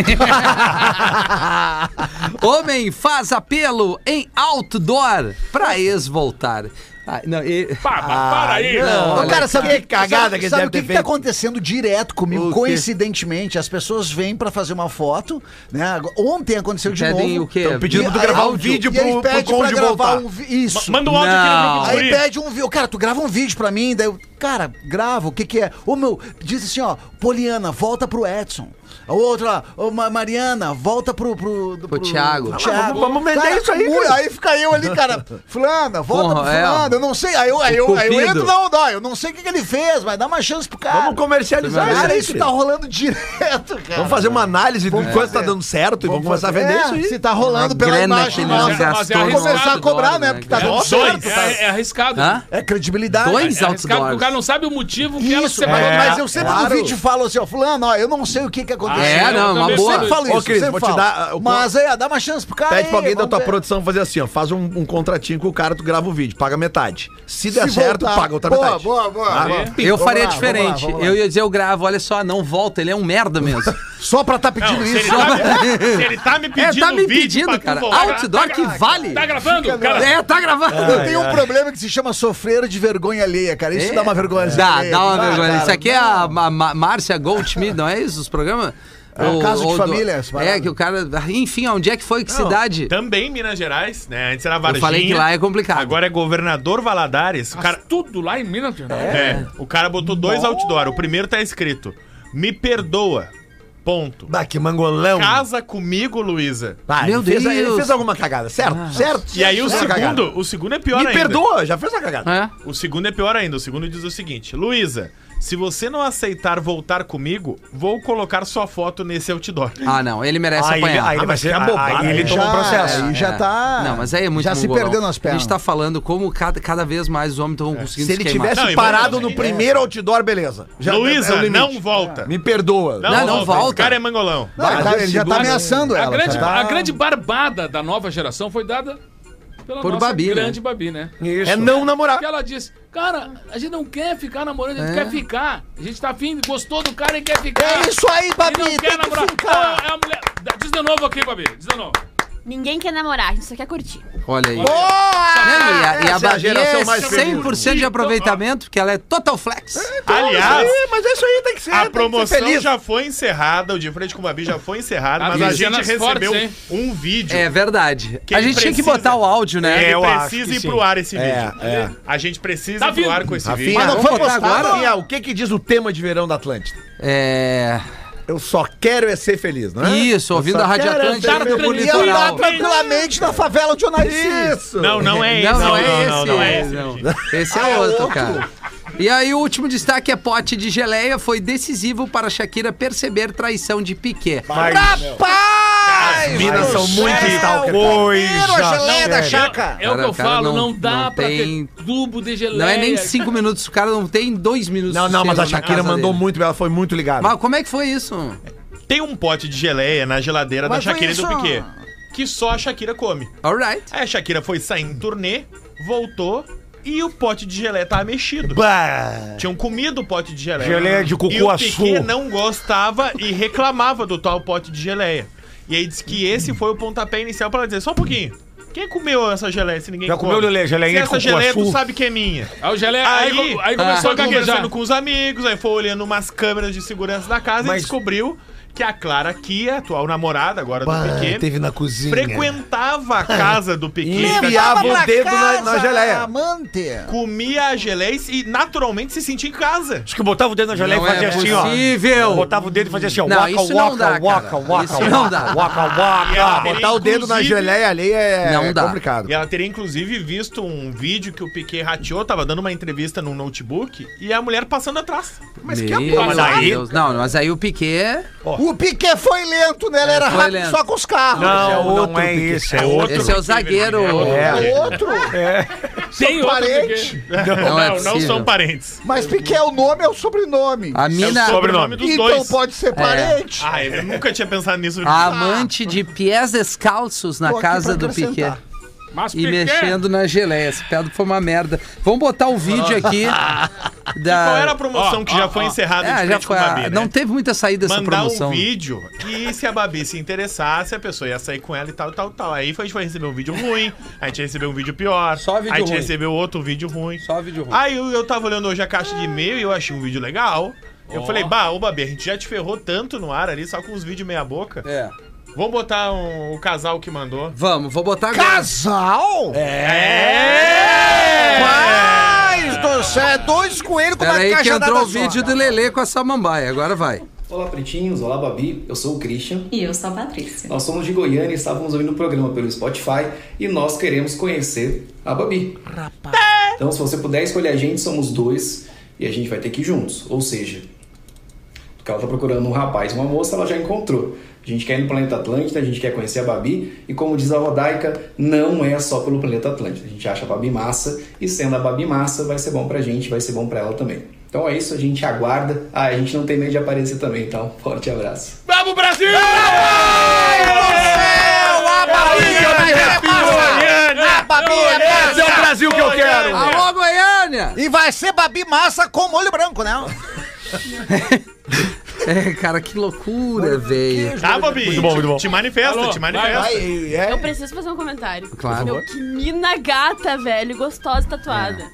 Speaker 4: Homem faz apelo em outdoor pra ex-voltar. Ah, não, e-
Speaker 7: Pá, pá, para aí!
Speaker 4: não.
Speaker 8: Ô,
Speaker 4: Olha,
Speaker 8: cara, sabe
Speaker 5: que
Speaker 8: o
Speaker 5: cagada
Speaker 8: sabe-
Speaker 5: que ele
Speaker 4: um
Speaker 8: sabe
Speaker 4: é
Speaker 5: deve
Speaker 8: o que,
Speaker 5: ter
Speaker 8: que tá
Speaker 5: feito?
Speaker 8: acontecendo direto comigo?
Speaker 4: O quê?
Speaker 8: Coincidentemente, as pessoas vêm pra fazer uma foto, né? Agora- Ontem aconteceu de
Speaker 4: Pedem
Speaker 8: novo.
Speaker 4: o quê?
Speaker 8: Tão
Speaker 5: pedindo pra tu
Speaker 8: aí-
Speaker 5: gravar um
Speaker 8: aí-
Speaker 5: vídeo
Speaker 8: e aí
Speaker 5: pro- pro
Speaker 8: pede pra
Speaker 5: cônjuge
Speaker 8: gravar
Speaker 5: voltar.
Speaker 8: um vi- Isso.
Speaker 10: Manda um áudio aqui no
Speaker 4: Não.
Speaker 10: grupo de
Speaker 8: Aí
Speaker 10: guri.
Speaker 8: pede um vídeo. Cara, tu grava um vídeo pra mim, daí eu. Cara, grava, o que que é? O meu, diz assim, ó, Poliana, volta pro Edson. A outra lá, ô, Ma- Mariana, volta pro... Pro, do- pro-
Speaker 4: Thiago. Ah,
Speaker 8: pro
Speaker 4: mas
Speaker 8: Thiago.
Speaker 6: vamos- vamos meter
Speaker 8: Cara,
Speaker 6: isso aí,
Speaker 8: muito-
Speaker 6: cara.
Speaker 8: Aí fica eu ali, cara, fulana, volta
Speaker 4: Porra,
Speaker 8: pro
Speaker 4: é.
Speaker 8: fulano, eu não sei, aí eu, aí eu, aí eu
Speaker 4: Cupido.
Speaker 8: entro na onda, ó, eu não sei o que que ele fez, mas dá uma chance pro cara.
Speaker 5: Vamos comercializar
Speaker 8: Cara,
Speaker 5: aí,
Speaker 8: isso
Speaker 5: querido.
Speaker 8: tá rolando
Speaker 5: é-
Speaker 8: direto, cara.
Speaker 5: Vamos fazer uma análise do quanto tá dando certo e vamos começar a vender
Speaker 8: É,
Speaker 5: isso aí.
Speaker 8: Se tá rolando pela
Speaker 4: grana
Speaker 8: imagem
Speaker 4: que nós
Speaker 8: nossa.
Speaker 7: gastamos.
Speaker 8: Vamos começar a cobrar, né? Porque tá
Speaker 7: É,
Speaker 8: dando
Speaker 7: dois,
Speaker 8: certo. tá?
Speaker 7: é, é arriscado.
Speaker 4: Hã?
Speaker 8: É credibilidade.
Speaker 4: Dois
Speaker 7: É arriscado porque o
Speaker 4: outdoors.
Speaker 7: cara não sabe o motivo que ela se
Speaker 8: Isso,
Speaker 7: separou.
Speaker 8: mas,
Speaker 6: É,
Speaker 8: mas eu sempre
Speaker 5: claro.
Speaker 8: no vídeo falo assim, ó, fulano, ó, eu não sei o que que aconteceu.
Speaker 7: Ah,
Speaker 4: É, não,
Speaker 7: eu
Speaker 4: uma
Speaker 7: também
Speaker 4: boa.
Speaker 8: Sempre
Speaker 7: sei.
Speaker 8: falo
Speaker 5: Ô,
Speaker 8: isso,
Speaker 5: Cris,
Speaker 8: sempre
Speaker 5: vou te
Speaker 8: falo.
Speaker 5: dar, uh,
Speaker 8: Mas aí, ó, dá uma chance pro cara
Speaker 5: Pede pra
Speaker 8: aí,
Speaker 5: alguém da
Speaker 8: É, vamos
Speaker 5: tua
Speaker 8: ver.
Speaker 5: produção fazer assim, ó. Faz um, um contratinho com o cara, tu grava o vídeo, paga metade. Se der
Speaker 8: Se
Speaker 5: é certo,
Speaker 8: voltar.
Speaker 5: paga outra
Speaker 8: Boa,
Speaker 5: metade.
Speaker 8: boa, boa,
Speaker 5: Tá?
Speaker 4: Eu
Speaker 8: boa. Vamos
Speaker 4: faria
Speaker 8: lá, vamos lá,
Speaker 4: diferente.
Speaker 8: vamos lá.
Speaker 4: Eu ia dizer, eu gravo, olha só, não volta, ele é um merda mesmo.
Speaker 8: Só pra tá pedindo
Speaker 10: Não, se,
Speaker 8: isso.
Speaker 10: ele tá, me- se ele tá me
Speaker 4: é,
Speaker 10: pedindo.
Speaker 4: tá me
Speaker 10: vídeo pra
Speaker 4: pedindo,
Speaker 10: tu
Speaker 4: cara.
Speaker 10: voltar,
Speaker 4: Outdoor que vale.
Speaker 7: Tá gravando? Cara,
Speaker 4: É, tá gravando.
Speaker 8: Eu tenho um problema que se chama sofrer de vergonha alheia, cara. Isso
Speaker 4: É?
Speaker 8: dá uma vergonha
Speaker 4: Dá,
Speaker 8: alheia.
Speaker 4: dá uma
Speaker 8: Ah,
Speaker 4: vergonha.
Speaker 8: cara,
Speaker 4: Isso aqui é a, Ma- Ma- Márcia Goldschmidt, não é isso? Os programas? É,
Speaker 8: caso de família, essa parada.
Speaker 4: É, que o cara. Enfim, onde é que foi? Que cidade?
Speaker 10: Também Minas Gerais, né? Antes era Varginha.
Speaker 4: falei que lá é complicado.
Speaker 10: Agora é governador Valadares. O
Speaker 7: cara,
Speaker 10: cara,
Speaker 7: tudo lá em Minas Gerais.
Speaker 10: é, o cara botou dois outdoor. O primeiro tá escrito: Me perdoa. Ponto.
Speaker 6: Bah, que mangolão.
Speaker 10: Casa comigo, Luísa.
Speaker 5: Vai,
Speaker 4: Meu
Speaker 5: ele fez,
Speaker 4: Deus. Ah.
Speaker 5: Ele fez alguma cagada, certo? certo.
Speaker 10: E aí o
Speaker 5: Fez uma cagada.
Speaker 10: segundo, o segundo é pior
Speaker 5: Me
Speaker 10: ainda.
Speaker 5: perdoa, já fez uma cagada.
Speaker 4: É.
Speaker 10: O segundo é pior ainda. O segundo diz o seguinte: Luísa, se você não aceitar voltar comigo, vou colocar sua foto nesse outdoor.
Speaker 4: Ah, não, ele merece
Speaker 6: Aí, ele-
Speaker 4: apanhar.
Speaker 6: aí ele vai
Speaker 5: é
Speaker 6: ser bobagem. Aí ele
Speaker 8: Já-
Speaker 6: tomou um processo.
Speaker 8: aí já
Speaker 4: É.
Speaker 8: tá.
Speaker 4: Não, mas aí é muito
Speaker 8: Já se
Speaker 4: mongolão.
Speaker 8: perdeu nas pernas. É.
Speaker 4: A gente tá falando como cada, cada vez mais os homens estão conseguindo
Speaker 5: Se ele
Speaker 4: queimar.
Speaker 5: tivesse
Speaker 10: Não, e
Speaker 5: parado
Speaker 10: vamos-
Speaker 5: no primeiro outdoor, beleza. Já- é o
Speaker 10: Luísa,
Speaker 5: limite.
Speaker 10: não volta.
Speaker 5: Me perdoa.
Speaker 4: Não, não
Speaker 10: O
Speaker 4: volta.
Speaker 10: cara é mangolão.
Speaker 8: Não, ele tá- ele já tá ameaçando
Speaker 7: A
Speaker 8: ela.
Speaker 7: grande,
Speaker 8: cara.
Speaker 7: a grande barbada da nova geração foi dada pela
Speaker 4: Por
Speaker 7: nossa
Speaker 4: Babi, né?
Speaker 7: grande Babi, né?
Speaker 5: É não namorar.
Speaker 7: Porque ela disse, cara, a gente não quer ficar namorando, a gente
Speaker 4: É.
Speaker 7: quer ficar. A gente tá afim, gostou do cara e quer ficar.
Speaker 8: É isso aí,
Speaker 7: E não
Speaker 8: Babi,
Speaker 7: quer
Speaker 8: tem que
Speaker 7: namorar.
Speaker 8: ficar.
Speaker 7: Ô, é a mulher- Diz de novo aqui, Babi, diz de novo.
Speaker 12: Ninguém quer namorar, a gente só quer curtir.
Speaker 4: Olha aí. Não, e a, e a
Speaker 5: Essa é a
Speaker 4: Babi
Speaker 5: geração
Speaker 4: é
Speaker 5: mais feliz.
Speaker 4: 100% de aproveitamento, porque ela é total flex.
Speaker 10: tipo, Aliás,
Speaker 5: É, mas isso aí tem que ser.
Speaker 10: a
Speaker 5: tem que ser
Speaker 10: promoção
Speaker 5: feliz.
Speaker 10: já foi encerrada, o De Frente com o Babi já foi encerrado,
Speaker 7: Ah,
Speaker 10: mas a
Speaker 7: isso.
Speaker 10: gente
Speaker 7: Cenas
Speaker 10: recebeu
Speaker 7: fortes, hein?
Speaker 10: um vídeo.
Speaker 4: É verdade.
Speaker 10: Que
Speaker 4: a
Speaker 10: ele
Speaker 4: gente tinha que
Speaker 10: precisa. É,
Speaker 4: botar o áudio, né?
Speaker 10: Ele
Speaker 6: eu acho
Speaker 10: precisa
Speaker 6: que
Speaker 10: ir
Speaker 6: sim.
Speaker 10: pro ar esse
Speaker 5: É,
Speaker 10: vídeo.
Speaker 5: é.
Speaker 10: A gente precisa
Speaker 7: Tá
Speaker 10: ir pro
Speaker 7: vindo.
Speaker 10: ar com esse vídeo.
Speaker 5: Mas não
Speaker 4: Vamos
Speaker 5: foi
Speaker 4: botar
Speaker 5: postado.
Speaker 4: agora?
Speaker 5: Rafinha, o que que diz o tema de verão da Atlântida?
Speaker 4: É.
Speaker 5: Eu só quero é ser feliz, não é?
Speaker 4: Isso, ouvindo a Rádio Atlântica.
Speaker 7: andar
Speaker 4: meu
Speaker 7: tranquilo.
Speaker 8: E andar
Speaker 4: litoral.
Speaker 8: tranquilamente na favela de Onaicinho.
Speaker 5: Isso!
Speaker 10: Não, não é esse.
Speaker 4: Não, não é
Speaker 10: Não,
Speaker 4: esse.
Speaker 10: não é esse.
Speaker 4: não. Esse é outro, cara. E aí, o último destaque é pote de geleia. Foi decisivo para Shakira perceber traição de Piquet.
Speaker 8: Rapaz!
Speaker 6: As minas são muito
Speaker 8: céu,
Speaker 6: tal
Speaker 8: cara. Primeiro a
Speaker 6: coisa.
Speaker 8: geleia da chaca.
Speaker 7: É o
Speaker 4: Cara,
Speaker 7: que eu
Speaker 4: o cara
Speaker 7: falo,
Speaker 4: não-
Speaker 7: não, dá
Speaker 4: não
Speaker 7: pra
Speaker 4: tem-
Speaker 7: ter tubo de geleia.
Speaker 4: Não é nem cinco minutos, o cara não tem dois minutos.
Speaker 5: Não, não,
Speaker 4: de
Speaker 5: mas a
Speaker 4: cena na
Speaker 5: Shakira
Speaker 4: casa
Speaker 5: mandou um
Speaker 4: dele.
Speaker 5: muito, ela foi muito ligada.
Speaker 4: Mas como é que foi isso?
Speaker 10: Tem um pote de geleia na geladeira
Speaker 8: Mas
Speaker 10: da
Speaker 8: foi
Speaker 10: Shakira e do
Speaker 8: isso?
Speaker 10: Piquet, que só a Shakira come.
Speaker 4: Alright.
Speaker 10: Aí a Shakira foi sair em turnê, voltou e o pote de geleia tava mexido.
Speaker 6: Bah.
Speaker 10: Tinham comido o pote de geleia.
Speaker 6: Geleia de
Speaker 10: E o
Speaker 6: cucuaçu.
Speaker 10: Piquet não gostava e reclamava do tal pote de geleia. E aí disse que esse foi o pontapé inicial pra ela dizer, só um pouquinho. Quem comeu essa geleia se ninguém
Speaker 6: Já
Speaker 10: come?
Speaker 6: comeu lele- geleinha
Speaker 10: Se
Speaker 6: de
Speaker 10: essa geleia tu
Speaker 6: cucuaçu?
Speaker 10: sabe que é minha.
Speaker 7: Aí, o geleia, aí,
Speaker 10: Aí,
Speaker 7: aí
Speaker 4: tá.
Speaker 7: começou
Speaker 10: foi
Speaker 7: a gaguejar.
Speaker 10: conversando com os amigos, aí foi olhando umas câmeras de segurança da casa e
Speaker 6: Mas-
Speaker 10: descobriu que é a Clara Kia, atual namorada agora
Speaker 6: Bah,
Speaker 10: do Piquet,
Speaker 6: teve na cozinha.
Speaker 10: frequentava a casa do Piquet,
Speaker 5: Enfiava
Speaker 8: Levava
Speaker 5: o
Speaker 8: pra
Speaker 5: dedo na-
Speaker 8: casa,
Speaker 5: na geleia.
Speaker 8: Amante.
Speaker 10: comia a geleia e naturalmente se sentia em casa.
Speaker 6: Acho que botava o dedo na geleia
Speaker 4: Não
Speaker 6: e fazia
Speaker 4: é
Speaker 6: assim, ó.
Speaker 4: possível.
Speaker 6: Botava o dedo e fazia assim, ó.
Speaker 4: Não,
Speaker 6: Waka,
Speaker 4: isso não dá,
Speaker 6: waka,
Speaker 4: cara.
Speaker 6: waka,
Speaker 4: Isso
Speaker 6: waka,
Speaker 4: não dá.
Speaker 6: waka,
Speaker 10: E ela
Speaker 6: waka, waka.
Speaker 10: teria,
Speaker 5: Botar o dedo na
Speaker 10: inclusive,
Speaker 5: geleia alheia é
Speaker 4: Não dá.
Speaker 5: complicado.
Speaker 10: E ela teria inclusive visto um vídeo que o Piquet rateou, tava dando uma entrevista num notebook e a mulher passando atrás.
Speaker 5: Mas
Speaker 4: Meu
Speaker 5: que aposta.
Speaker 4: Deus,
Speaker 6: aí-
Speaker 10: né?
Speaker 4: Não, mas aí o Piquet.
Speaker 8: O Piquet foi lento, né? Ele era
Speaker 4: É, foi
Speaker 8: rápido
Speaker 4: lento.
Speaker 8: só com os carros.
Speaker 6: Não, não é isso, é outro.
Speaker 4: Esse é o zagueiro.
Speaker 6: É.
Speaker 8: É outro.
Speaker 7: Tem outro
Speaker 8: parente.
Speaker 7: Piquet.
Speaker 10: Não, não,
Speaker 4: é
Speaker 10: não
Speaker 4: possível.
Speaker 10: são parentes.
Speaker 8: Mas Piquet é o nome, é o sobrenome.
Speaker 4: A mina.
Speaker 10: É o sobrenome dos
Speaker 8: então
Speaker 10: dois.
Speaker 8: pode
Speaker 4: É.
Speaker 8: ser parente.
Speaker 10: Ah, eu nunca tinha pensado nisso.
Speaker 4: A amante de pés descalços na
Speaker 8: Tô aqui
Speaker 4: casa
Speaker 8: pra
Speaker 4: do Piquet.
Speaker 8: acrescentar.
Speaker 7: Mas
Speaker 4: E mexendo na geleia. Esse pedro foi uma merda. Vamos botar o vídeo aqui da.
Speaker 10: Qual era a promoção
Speaker 7: Ó,
Speaker 10: que já
Speaker 7: ó,
Speaker 10: foi
Speaker 7: ó.
Speaker 10: encerrada
Speaker 4: É,
Speaker 10: de
Speaker 4: já
Speaker 10: frente
Speaker 4: foi.
Speaker 10: com
Speaker 4: a-
Speaker 10: o Babi, né?
Speaker 4: Não teve muita saída dessa
Speaker 10: Mandar
Speaker 4: promoção.
Speaker 10: um vídeo e se a Babi se interessasse, a pessoa ia sair com ela e tal, tal, tal. Aí foi- a gente vai receber um vídeo ruim, a gente recebeu um vídeo pior,
Speaker 4: Só vídeo
Speaker 10: a gente
Speaker 4: ruim.
Speaker 10: recebeu outro vídeo ruim.
Speaker 4: Só vídeo ruim.
Speaker 10: Aí eu, eu tava olhando hoje a caixa de e-mail e eu achei um vídeo legal. Eu falei, bah, ô Babi, a gente já te ferrou tanto no ar ali, só com os vídeos meia boca.
Speaker 4: É.
Speaker 10: Vamos botar um- o casal que mandou.
Speaker 4: Vamos, vou botar agora.
Speaker 8: Casal? É.
Speaker 10: É!
Speaker 8: Mas tu é dois coelhos com uma
Speaker 4: Peraí
Speaker 8: caixa
Speaker 4: que entrou
Speaker 8: d'água
Speaker 4: o vídeo
Speaker 8: só.
Speaker 4: do Lelê com a samambaia, agora vai.
Speaker 13: Olá, pretinhos. Olá, Babi. Eu sou o Christian.
Speaker 12: E eu sou a Patrícia.
Speaker 13: Nós somos de Goiânia e estávamos ouvindo o programa pelo Spotify e nós queremos conhecer a Babi. Rapaz. Então, se você puder escolher a gente, somos dois e a gente vai ter que ir juntos. Ou seja, porque ela tá procurando um rapaz e uma moça, ela já encontrou. A gente quer ir no planeta Atlântida, a gente quer conhecer a Babi e, como diz a Rodaica, não é só pelo planeta Atlântida. A gente acha a Babi massa e, sendo a Babi massa, vai ser bom pra gente, vai ser bom pra ela também. Então é isso, a gente aguarda. Ah, a gente não tem medo de aparecer também, então. Forte abraço.
Speaker 7: Vamos, Brasil! Ah,
Speaker 5: Esse é o Brasil que eu quero!
Speaker 4: Alô, Goiânia!
Speaker 8: E vai ser é Babi Massa com molho branco, né?
Speaker 4: É, cara, que loucura, velho.
Speaker 10: Tá, Bobi? Muito bom, muito bom. Te manifesta,
Speaker 7: Alô,
Speaker 10: te manifesta.
Speaker 8: Ai, é.
Speaker 12: Eu preciso fazer um comentário.
Speaker 4: Claro.
Speaker 12: Meu, que mina gata, velho. Gostosa e tatuada.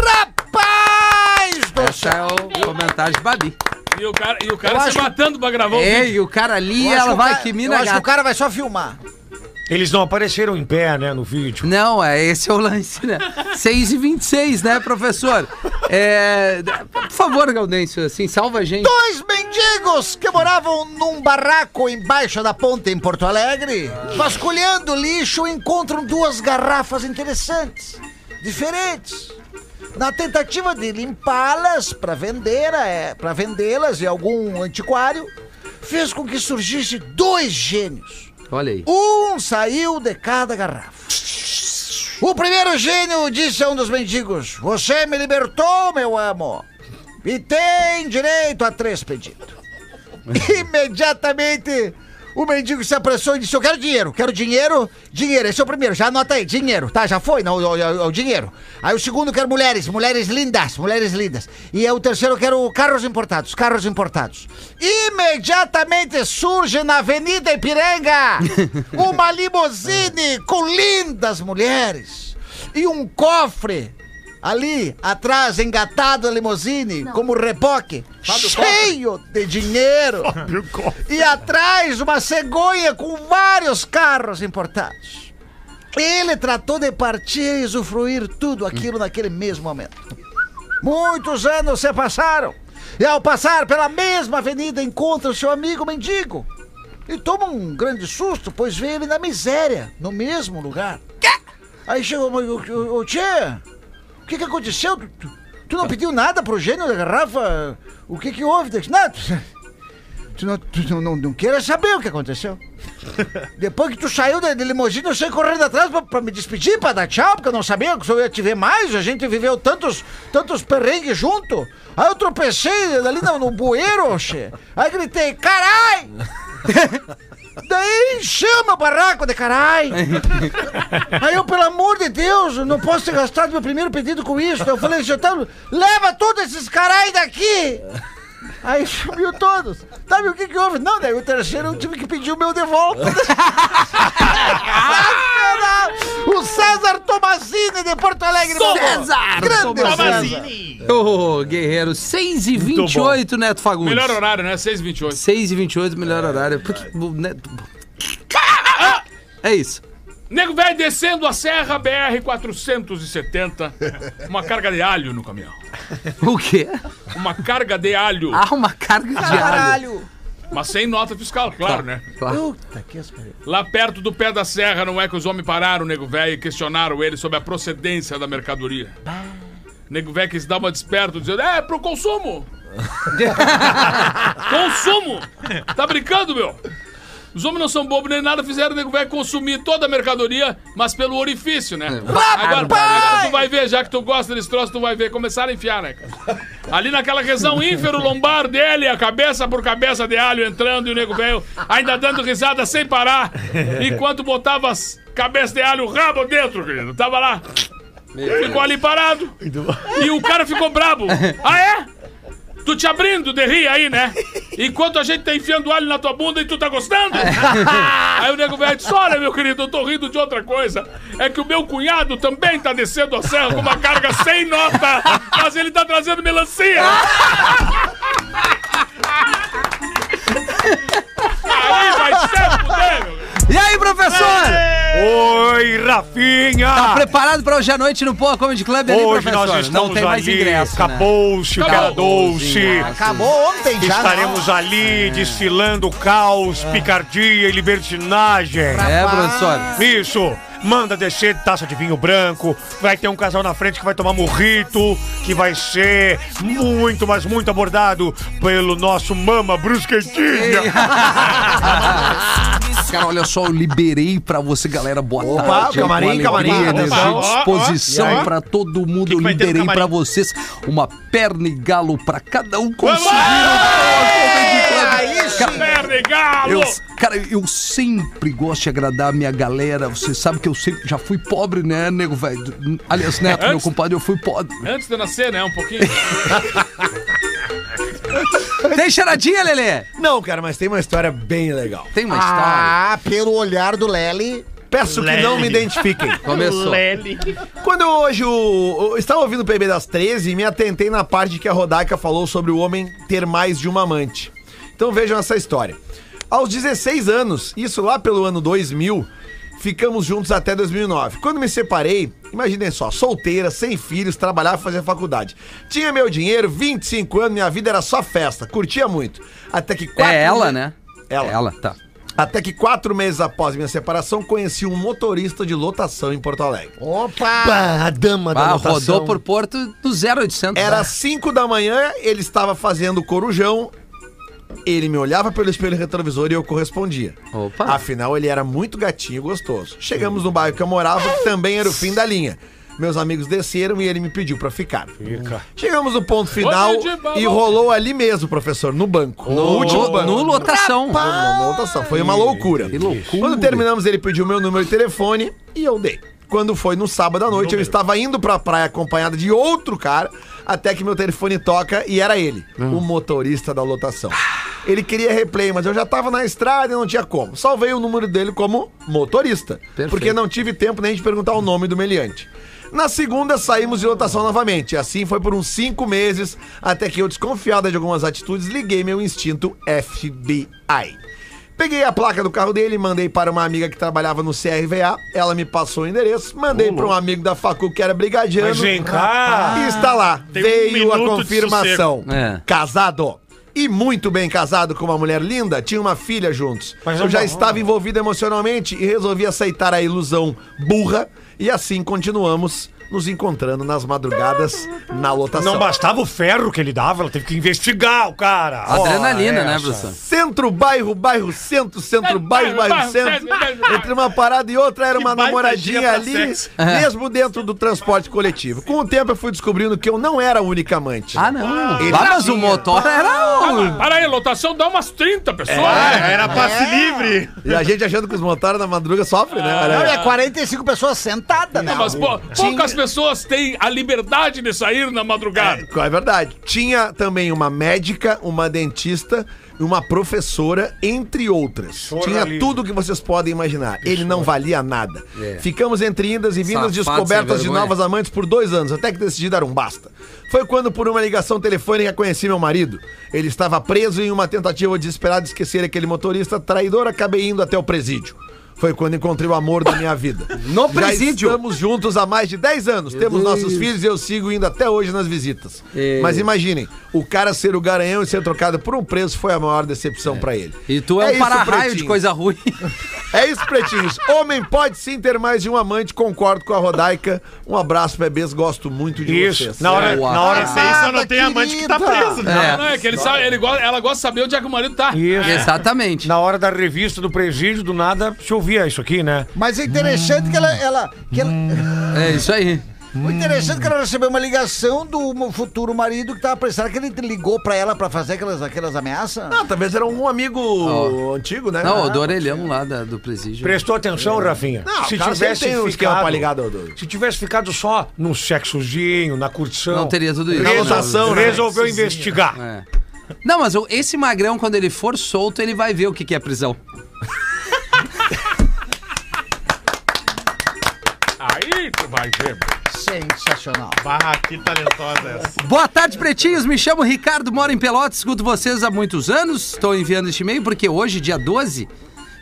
Speaker 8: Rapaz do
Speaker 4: Essa é o comentário de Babi.
Speaker 7: E o cara, e o cara
Speaker 8: Eu
Speaker 7: se
Speaker 8: acho-
Speaker 7: matando pra
Speaker 4: é
Speaker 7: gravar o vídeo.
Speaker 4: Ei, o cara ali,
Speaker 8: Eu acho
Speaker 4: ela
Speaker 8: o
Speaker 4: vai,
Speaker 8: cara-
Speaker 4: que
Speaker 8: Eu
Speaker 4: mina
Speaker 8: acho que o
Speaker 4: gata.
Speaker 8: cara vai só filmar.
Speaker 6: Eles não apareceram em pé, né, no vídeo.
Speaker 4: Não, é esse é o lance, né? 6 e 26 né, professor? É, por favor, Gaudêncio, assim, salva a gente.
Speaker 8: Dois mendigos que moravam num barraco embaixo da ponte em Porto Alegre, vasculhando lixo, encontram duas garrafas interessantes, diferentes. Na tentativa de limpá-las para vender, é, para vendê-las em algum antiquário, fez com que surgisse dois gênios.
Speaker 4: Olha aí.
Speaker 8: Um saiu de cada garrafa. O primeiro gênio disse a um dos mendigos: Você me libertou, meu amo, e tem direito a três pedidos. Imediatamente, o mendigo se apressou e disse: Eu quero dinheiro, quero dinheiro, dinheiro. Esse é o primeiro, já anota aí, dinheiro, tá? Já foi, não, é o- é o é o dinheiro. Aí o segundo, quero mulheres, mulheres lindas, mulheres lindas. E aí o terceiro, quero carros importados, carros importados. Imediatamente surge na Avenida Ipiranga uma limusine com lindas mulheres e um cofre Ali, atrás, engatado a limusine, como reboque, cheio de dinheiro. E atrás, uma cegonha com vários carros importados. Ele tratou de partir e usufruir tudo aquilo naquele mesmo momento. Muitos anos se passaram. E ao passar pela mesma avenida, encontra o seu amigo mendigo. E toma um grande susto, pois vê ele na miséria, no mesmo lugar. Aí chegou o, o, o Tchê, o que, que aconteceu? Tu, tu- tu não pediu nada pro gênio da garrafa? O que, que houve? Disse, Não, tu, tu não, tu não, não, não queira saber o que aconteceu. Depois que tu saiu da, da limusine, eu saí correndo atrás pra, pra me despedir, pra dar tchau, porque eu não sabia que eu ia te ver mais. A gente viveu tantos, tantos perrengues junto. Aí eu tropecei ali no, no bueiro, oxe. Aí gritei, carai! Daí encheu meu barraco de carai! Aí eu, pelo amor de Deus, eu não posso ter gastado meu primeiro pedido com isso. Eu falei, Getão, leva todos esses carai daqui! Aí sumiu todos. Sabe o que que houve? Não, daí o terceiro eu tive que pedir o meu de volta. Ah, o César Tomazini de Porto Alegre.
Speaker 4: César
Speaker 8: Grande
Speaker 4: Tomazini.
Speaker 8: César.
Speaker 4: Ô, guerreiro, 6 e 28 Neto Fagundes.
Speaker 7: Melhor horário, né? 6h28.
Speaker 4: 6 e 28 melhor
Speaker 8: É,
Speaker 4: horário. Porque, né,
Speaker 8: Ah!
Speaker 4: é isso.
Speaker 7: Nego velho descendo a serra BR-470. Uma carga de alho no caminhão.
Speaker 4: O quê?
Speaker 7: Uma carga de alho.
Speaker 4: Há uma carga de alho.
Speaker 8: Caralho.
Speaker 7: Mas sem nota fiscal, claro, né?
Speaker 4: Claro.
Speaker 8: Puta que as pariu.
Speaker 7: Lá perto do pé da serra, não é que os homens pararam o nego velho e questionaram ele sobre a procedência da mercadoria. Nego velho quis dar uma desperto, dizendo: É, pro consumo! consumo! Tá brincando, meu? Os homens não são bobos nem nada, fizeram o nego velho consumir toda a mercadoria, mas pelo orifício, né? Agora, agora tu vai ver, já que tu gosta desse troço, tu vai ver. Começaram a enfiar, né, cara? Ali naquela região ínfero lombar dele, a cabeça por cabeça de alho entrando e o nego velho ainda dando risada sem parar, enquanto botava as cabeças de alho, o rabo dentro, querido. Tava lá. Ficou ali parado. E o cara ficou brabo. Ah, é? Tu te abrindo de rir aí, né? Enquanto a gente tá enfiando alho na tua bunda e tu tá gostando? aí o nego velho disse: Olha, meu querido, eu tô rindo de outra coisa. É que o meu cunhado também tá descendo a serra com uma carga sem nota, mas ele tá trazendo melancia. aí vai ser fuder, meu.
Speaker 4: E aí, professor?
Speaker 8: É.
Speaker 6: Oi, Rafinha!
Speaker 10: Rafinha!
Speaker 4: Tá preparado pra hoje à noite no Poa Comedy Club ali,
Speaker 10: Hoje
Speaker 4: professor?
Speaker 10: nós estamos
Speaker 4: Não tem mais
Speaker 10: ali,
Speaker 4: ingresso, né?
Speaker 10: acabou-se, cara doce.
Speaker 8: Acabou ontem já.
Speaker 10: Estaremos
Speaker 6: né? É.
Speaker 10: ali desfilando caos, picardia e libertinagem.
Speaker 4: É, professor.
Speaker 10: Isso! Manda descer taça de vinho branco. Vai ter um casal na frente que vai tomar morrito, que vai ser muito, mas muito abordado pelo nosso mama brusquetinha.
Speaker 4: Cara, olha só, eu liberei pra você, galera. Boa tarde.
Speaker 5: camarim,
Speaker 4: com alegria,
Speaker 5: camarim,
Speaker 4: com
Speaker 10: atenção. Ó, tá ó, ó.
Speaker 4: disposição pra todo mundo.
Speaker 10: Que que
Speaker 4: eu
Speaker 10: vai ter no
Speaker 4: liberei pra
Speaker 10: camarim?
Speaker 4: vocês uma perna e galo pra cada um conseguir. o Poa Comedy Club. Cara,
Speaker 10: Perna e galo!
Speaker 4: eu, cara, eu sempre gosto de agradar a minha galera. Você sabe que eu sempre já fui pobre, né, nego, velho? Aliás, Neto, meu
Speaker 7: Antes-
Speaker 4: compadre, eu fui pobre.
Speaker 7: Antes de eu nascer, né? Um pouquinho.
Speaker 4: Tem charadinha, Lelê?
Speaker 5: Não, cara, mas tem uma história bem legal.
Speaker 4: Tem uma história.
Speaker 8: Ah, pelo olhar do Lely.
Speaker 5: Peço que não me identifiquem.
Speaker 4: Começou. É
Speaker 5: Quando eu hoje o, eu estava ouvindo o PB das 13, me atentei na parte que a Rodaica falou sobre o homem ter mais de uma amante. Então vejam essa história. Aos 16 anos, isso lá pelo ano 2000, ficamos juntos até 2009. Quando me separei, imaginem só, solteira, sem filhos, trabalhava, fazia faculdade. Tinha meu dinheiro, 25 anos, minha vida era só festa, curtia muito. Até que quatro
Speaker 4: É ela,
Speaker 5: me-
Speaker 4: né?
Speaker 5: Ela.
Speaker 4: É ela, tá.
Speaker 5: Até que quatro meses após minha separação, conheci um motorista de lotação em Porto Alegre.
Speaker 8: Opa!
Speaker 6: Pá, a dama da
Speaker 4: Ah,
Speaker 6: lotação.
Speaker 4: rodou por Porto do 0800.
Speaker 5: Era
Speaker 4: né?
Speaker 5: 5 da manhã, ele estava fazendo corujão. Ele me olhava pelo espelho retrovisor e eu correspondia.
Speaker 4: Opa.
Speaker 5: Afinal, ele era muito gatinho e gostoso. Chegamos no bairro que eu morava, que também era o fim da linha. Meus amigos desceram e ele me pediu pra ficar. Chegamos no ponto final
Speaker 7: Hoje de bala.
Speaker 5: e rolou ali mesmo, professor, no banco. No último
Speaker 4: no,
Speaker 5: banco.
Speaker 4: no lotação.
Speaker 5: Uma lotação. tá Foi uma loucura.
Speaker 4: Que loucura.
Speaker 5: Quando terminamos, ele pediu meu número de telefone e eu dei. Quando foi no sábado à noite, eu estava indo pra praia acompanhado de outro cara, até que meu telefone toca e era ele,
Speaker 4: Hum.
Speaker 5: o motorista da lotação. Ele queria replay, mas eu já estava na estrada e não tinha como. Salvei o número dele como motorista,
Speaker 4: Perfeito.
Speaker 5: porque não tive tempo nem de perguntar o nome do meliante. Na segunda, saímos de lotação novamente. Assim foi por uns cinco meses, até que eu, desconfiada de algumas atitudes, liguei meu instinto FBI. Peguei a placa do carro dele, mandei para uma amiga que trabalhava no CRVA. Ela me passou o endereço, mandei para um amigo da facu que era brigadiano.
Speaker 10: Mas vem cá.
Speaker 5: E está lá.
Speaker 10: Tem um
Speaker 5: Veio a
Speaker 10: minuto de
Speaker 5: confirmação.
Speaker 4: É.
Speaker 5: Casado. E muito bem casado com uma mulher linda, tinha uma filha juntos.
Speaker 10: Mas é
Speaker 5: Eu já
Speaker 10: não-
Speaker 5: estava envolvido emocionalmente e resolvi aceitar a ilusão burra. E assim continuamos nos encontrando nas madrugadas na lotação.
Speaker 10: Não bastava o ferro que ele dava, ela teve que investigar o cara.
Speaker 4: Adrenalina,
Speaker 10: Ó,
Speaker 4: né,
Speaker 10: essa.
Speaker 4: professor?
Speaker 5: Centro, bairro, bairro, centro, centro, bairro, bairro, centro. Entre uma parada e outra era uma
Speaker 10: Que baita
Speaker 5: namoradinha
Speaker 10: gíria pra
Speaker 5: ali,
Speaker 10: sexo.
Speaker 5: mesmo dentro do transporte coletivo. Com o tempo eu fui descobrindo que eu não era a única amante.
Speaker 4: Ah, não.
Speaker 5: Ele
Speaker 4: Lá, mas o motor era o...
Speaker 7: Para aí, lotação dá umas 30 pessoas. né?
Speaker 10: Ah, era passe livre.
Speaker 5: E a gente achando que os montaram na madruga sofre, né?
Speaker 8: Não,
Speaker 5: Olha aí.
Speaker 8: é 45 pessoas sentadas, né?
Speaker 7: Não, mas pou- poucas pessoas têm a liberdade de sair na madrugada.
Speaker 5: É verdade. Tinha também uma médica, uma dentista, uma professora, entre outras. Tinha
Speaker 10: ali.
Speaker 5: tudo que vocês podem imaginar. Ele não valia nada. Ficamos entre indas e vindas
Speaker 4: É. Safado,
Speaker 5: descobertas
Speaker 4: sem
Speaker 5: de
Speaker 4: vergonha.
Speaker 5: novas amantes por dois anos, até que decidi dar um basta. Foi quando, por uma ligação telefônica, conheci meu marido. Ele estava preso em uma tentativa desesperada de esquecer aquele motorista traidor, acabei indo até o presídio. Foi quando encontrei o amor da minha vida.
Speaker 4: No presídio?
Speaker 5: Já estamos juntos há mais de 10 anos. Temos nossos filhos e eu sigo indo até hoje nas visitas.
Speaker 4: É.
Speaker 5: Mas imaginem, o cara ser o garanhão e ser trocado por um preço foi a maior decepção pra ele.
Speaker 4: E tu é, um
Speaker 5: isso,
Speaker 4: para-raio de
Speaker 5: Pretinho.
Speaker 4: coisa ruim.
Speaker 5: É isso, pretinhos. Homem pode sim ter mais de um amante, concordo com a Rodaica. Um abraço, bebês, gosto muito de vocês.
Speaker 10: Isso. Na hora,
Speaker 4: Boa.
Speaker 10: na hora de ser isso, eu não
Speaker 8: Amada,
Speaker 10: tenho amante que tá
Speaker 8: querida.
Speaker 10: preso, né?
Speaker 7: Não, é que ele sabe, ele gosta, ela gosta de saber onde é que o marido tá.
Speaker 10: Isso.
Speaker 4: Exatamente.
Speaker 10: Na hora da revista do presídio, do nada, se ouvia isso aqui, né?
Speaker 8: Mas é interessante que ela. ela- que ela-
Speaker 4: É isso aí.
Speaker 8: o interessante é que ela recebeu uma ligação do mo- futuro marido que tava precisando. Será que ele ligou pra ela pra fazer aquelas, aquelas ameaças?
Speaker 5: Ah, talvez era um amigo
Speaker 4: Ó.
Speaker 5: antigo, né?
Speaker 4: Não, o do orelhão lá da- do presídio.
Speaker 6: Prestou atenção, Rafinha?
Speaker 5: Não, o cara sempre tem um esquema pra ligar, Dodô.
Speaker 6: Se tivesse ficado só no sexozinho, na curtição.
Speaker 4: Não teria tudo isso.
Speaker 5: Na
Speaker 4: né?
Speaker 5: lotação, né?
Speaker 6: Resolveu investigar.
Speaker 4: É. Não, mas o- esse magrão, quando ele for solto, ele vai ver o que, que é prisão.
Speaker 7: Aí tu vai ver.
Speaker 8: Sensacional.
Speaker 10: Barra, que talentosa essa.
Speaker 4: Boa tarde, pretinhos. Me chamo Ricardo, moro em Pelotas, escuto vocês há muitos anos. Estou enviando este e-mail porque hoje, dia 12,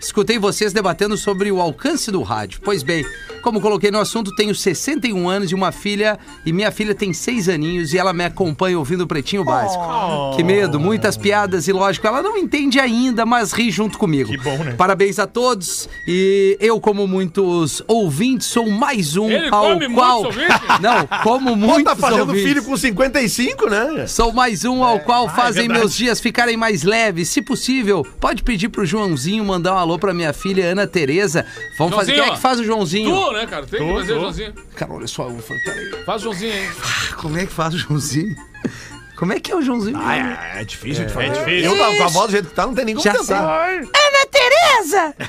Speaker 4: escutei vocês debatendo sobre o alcance do rádio. Pois bem, como coloquei no assunto, tenho 61 anos e uma filha, e minha filha tem 6 aninhos e ela me acompanha ouvindo o Pretinho Básico.
Speaker 7: Oh.
Speaker 4: Que medo, muitas piadas e lógico, ela não entende ainda, mas ri junto comigo.
Speaker 6: Que bom, né?
Speaker 4: Parabéns a todos e eu, como muitos ouvintes, sou mais um
Speaker 7: Ele
Speaker 4: ao
Speaker 7: come muitos
Speaker 4: qual...
Speaker 7: ouvintes?
Speaker 4: Não, como
Speaker 5: Pô,
Speaker 4: muitos
Speaker 5: tá fazendo
Speaker 4: ouvintes.
Speaker 5: filho com 55, né?
Speaker 4: Sou mais um ao qual fazem
Speaker 6: verdade.
Speaker 4: meus dias ficarem mais leves. Se possível, pode pedir pro Joãozinho mandar um alô pra minha filha Ana Tereza. Vamos fazer.
Speaker 7: Joãozinho,
Speaker 4: Quem é que faz o Joãozinho?
Speaker 7: Tu, né, cara? Tem que fazer o Joãozinho.
Speaker 4: Cara, olha só, eu falei, peraí.
Speaker 7: Faz o Joãozinho aí.
Speaker 4: Como é que faz o Joãozinho? Como é que é o Joãozinho?
Speaker 5: é, difícil de falar.
Speaker 6: difícil.
Speaker 5: Eu, com a voz do jeito que tá, não tem nem como
Speaker 4: Já
Speaker 5: tentar.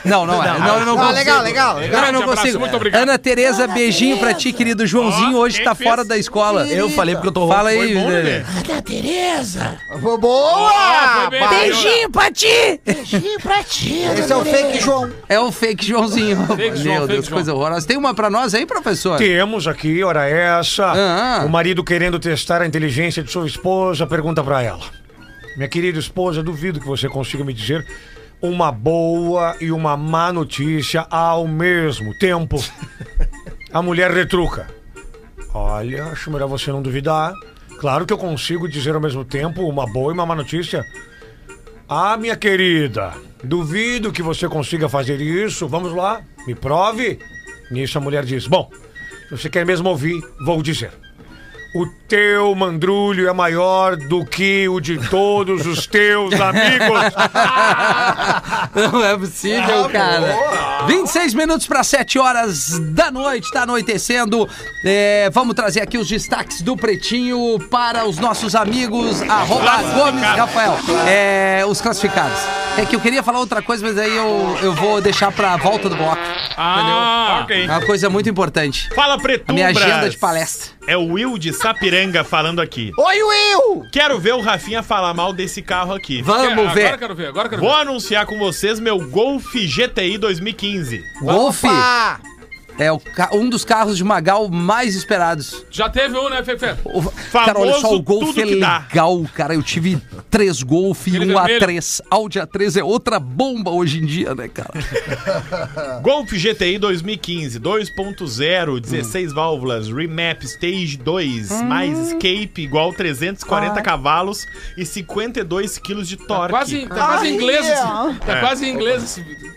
Speaker 4: Não, não, é. Não, eu não
Speaker 8: Ah,
Speaker 4: consigo.
Speaker 8: legal, legal, legal.
Speaker 4: Não, eu não
Speaker 7: Grande abraço,
Speaker 4: consigo.
Speaker 7: muito obrigado.
Speaker 4: Ana Tereza, beijinho pra ti, querido. Joãozinho
Speaker 6: Ó,
Speaker 4: hoje
Speaker 6: quem
Speaker 4: tá
Speaker 6: fez?
Speaker 4: fora da escola.
Speaker 5: Eu falei porque eu tô
Speaker 4: Fala
Speaker 5: rouco.
Speaker 4: aí,
Speaker 7: né,
Speaker 6: bom,
Speaker 4: Lelê.
Speaker 6: Lelê.
Speaker 8: Boa! Boa!
Speaker 7: Ah, foi bem, Beijinho
Speaker 8: pra ti! Beijinho pra ti! Esse é o fake João.
Speaker 4: É o fake Joãozinho. Meu
Speaker 7: João, fake
Speaker 4: Deus,
Speaker 7: João.
Speaker 4: coisa horrorosa. Tem uma pra nós aí, professor?
Speaker 6: Temos aqui, hora essa.
Speaker 4: Ah.
Speaker 6: O marido querendo testar a inteligência de sua esposa, pergunta pra ela: Minha querida esposa, duvido que você consiga me dizer uma boa e uma má notícia ao mesmo tempo. a mulher retruca: Olha, acho melhor você não duvidar. Claro que eu consigo dizer ao mesmo tempo uma boa e uma má notícia. Ah, minha querida, duvido que você consiga fazer isso. Vamos lá, me prove. Nisso a mulher diz: Bom, se você quer mesmo ouvir, vou dizer. O teu mandrulho é maior do que o de todos os teus amigos.
Speaker 4: Não é possível, cara. 26 minutos para 7 horas da noite, tá anoitecendo. É, vamos trazer aqui os destaques do Pretinho para os nossos amigos, arroba Gomes Rafael. É, os classificados. É que eu queria falar outra coisa, mas aí eu, eu vou deixar pra volta do bloco.
Speaker 10: Ah, ok.
Speaker 4: É uma coisa muito importante.
Speaker 10: Fala,
Speaker 4: A
Speaker 10: Pretumbras.
Speaker 4: minha agenda de palestra.
Speaker 10: É o Will de Sapiranga falando aqui.
Speaker 8: Oi, Will!
Speaker 10: Quero ver o Rafinha falar mal desse carro aqui.
Speaker 4: Vamos
Speaker 7: É, Agora eu
Speaker 4: ver.
Speaker 7: quero ver, agora eu quero
Speaker 10: Vou
Speaker 7: ver.
Speaker 10: anunciar com vocês meu Golf GTI 2015.
Speaker 4: Golf
Speaker 8: Pá!
Speaker 4: é o ca- um dos carros de Magal mais esperados.
Speaker 7: Já teve um, né, Fefe?
Speaker 4: O- cara, olha só, o
Speaker 10: Famoso
Speaker 4: Golf
Speaker 10: tudo
Speaker 4: é
Speaker 10: que dá.
Speaker 4: legal, cara. Eu tive três Golf e
Speaker 7: Aquele
Speaker 4: um
Speaker 7: vermelho.
Speaker 4: A3. Audi A3 é outra bomba hoje em dia, né, cara?
Speaker 10: Golf GTI 2015, 2.0, 16
Speaker 4: Hum.
Speaker 10: válvulas, remap Stage 2, mais escape igual 340 cavalos e 52 quilos de torque.
Speaker 7: Quase, tá quase
Speaker 8: Ai,
Speaker 7: inglês esse.
Speaker 8: meu.
Speaker 7: Tá quase inglês esse vídeo.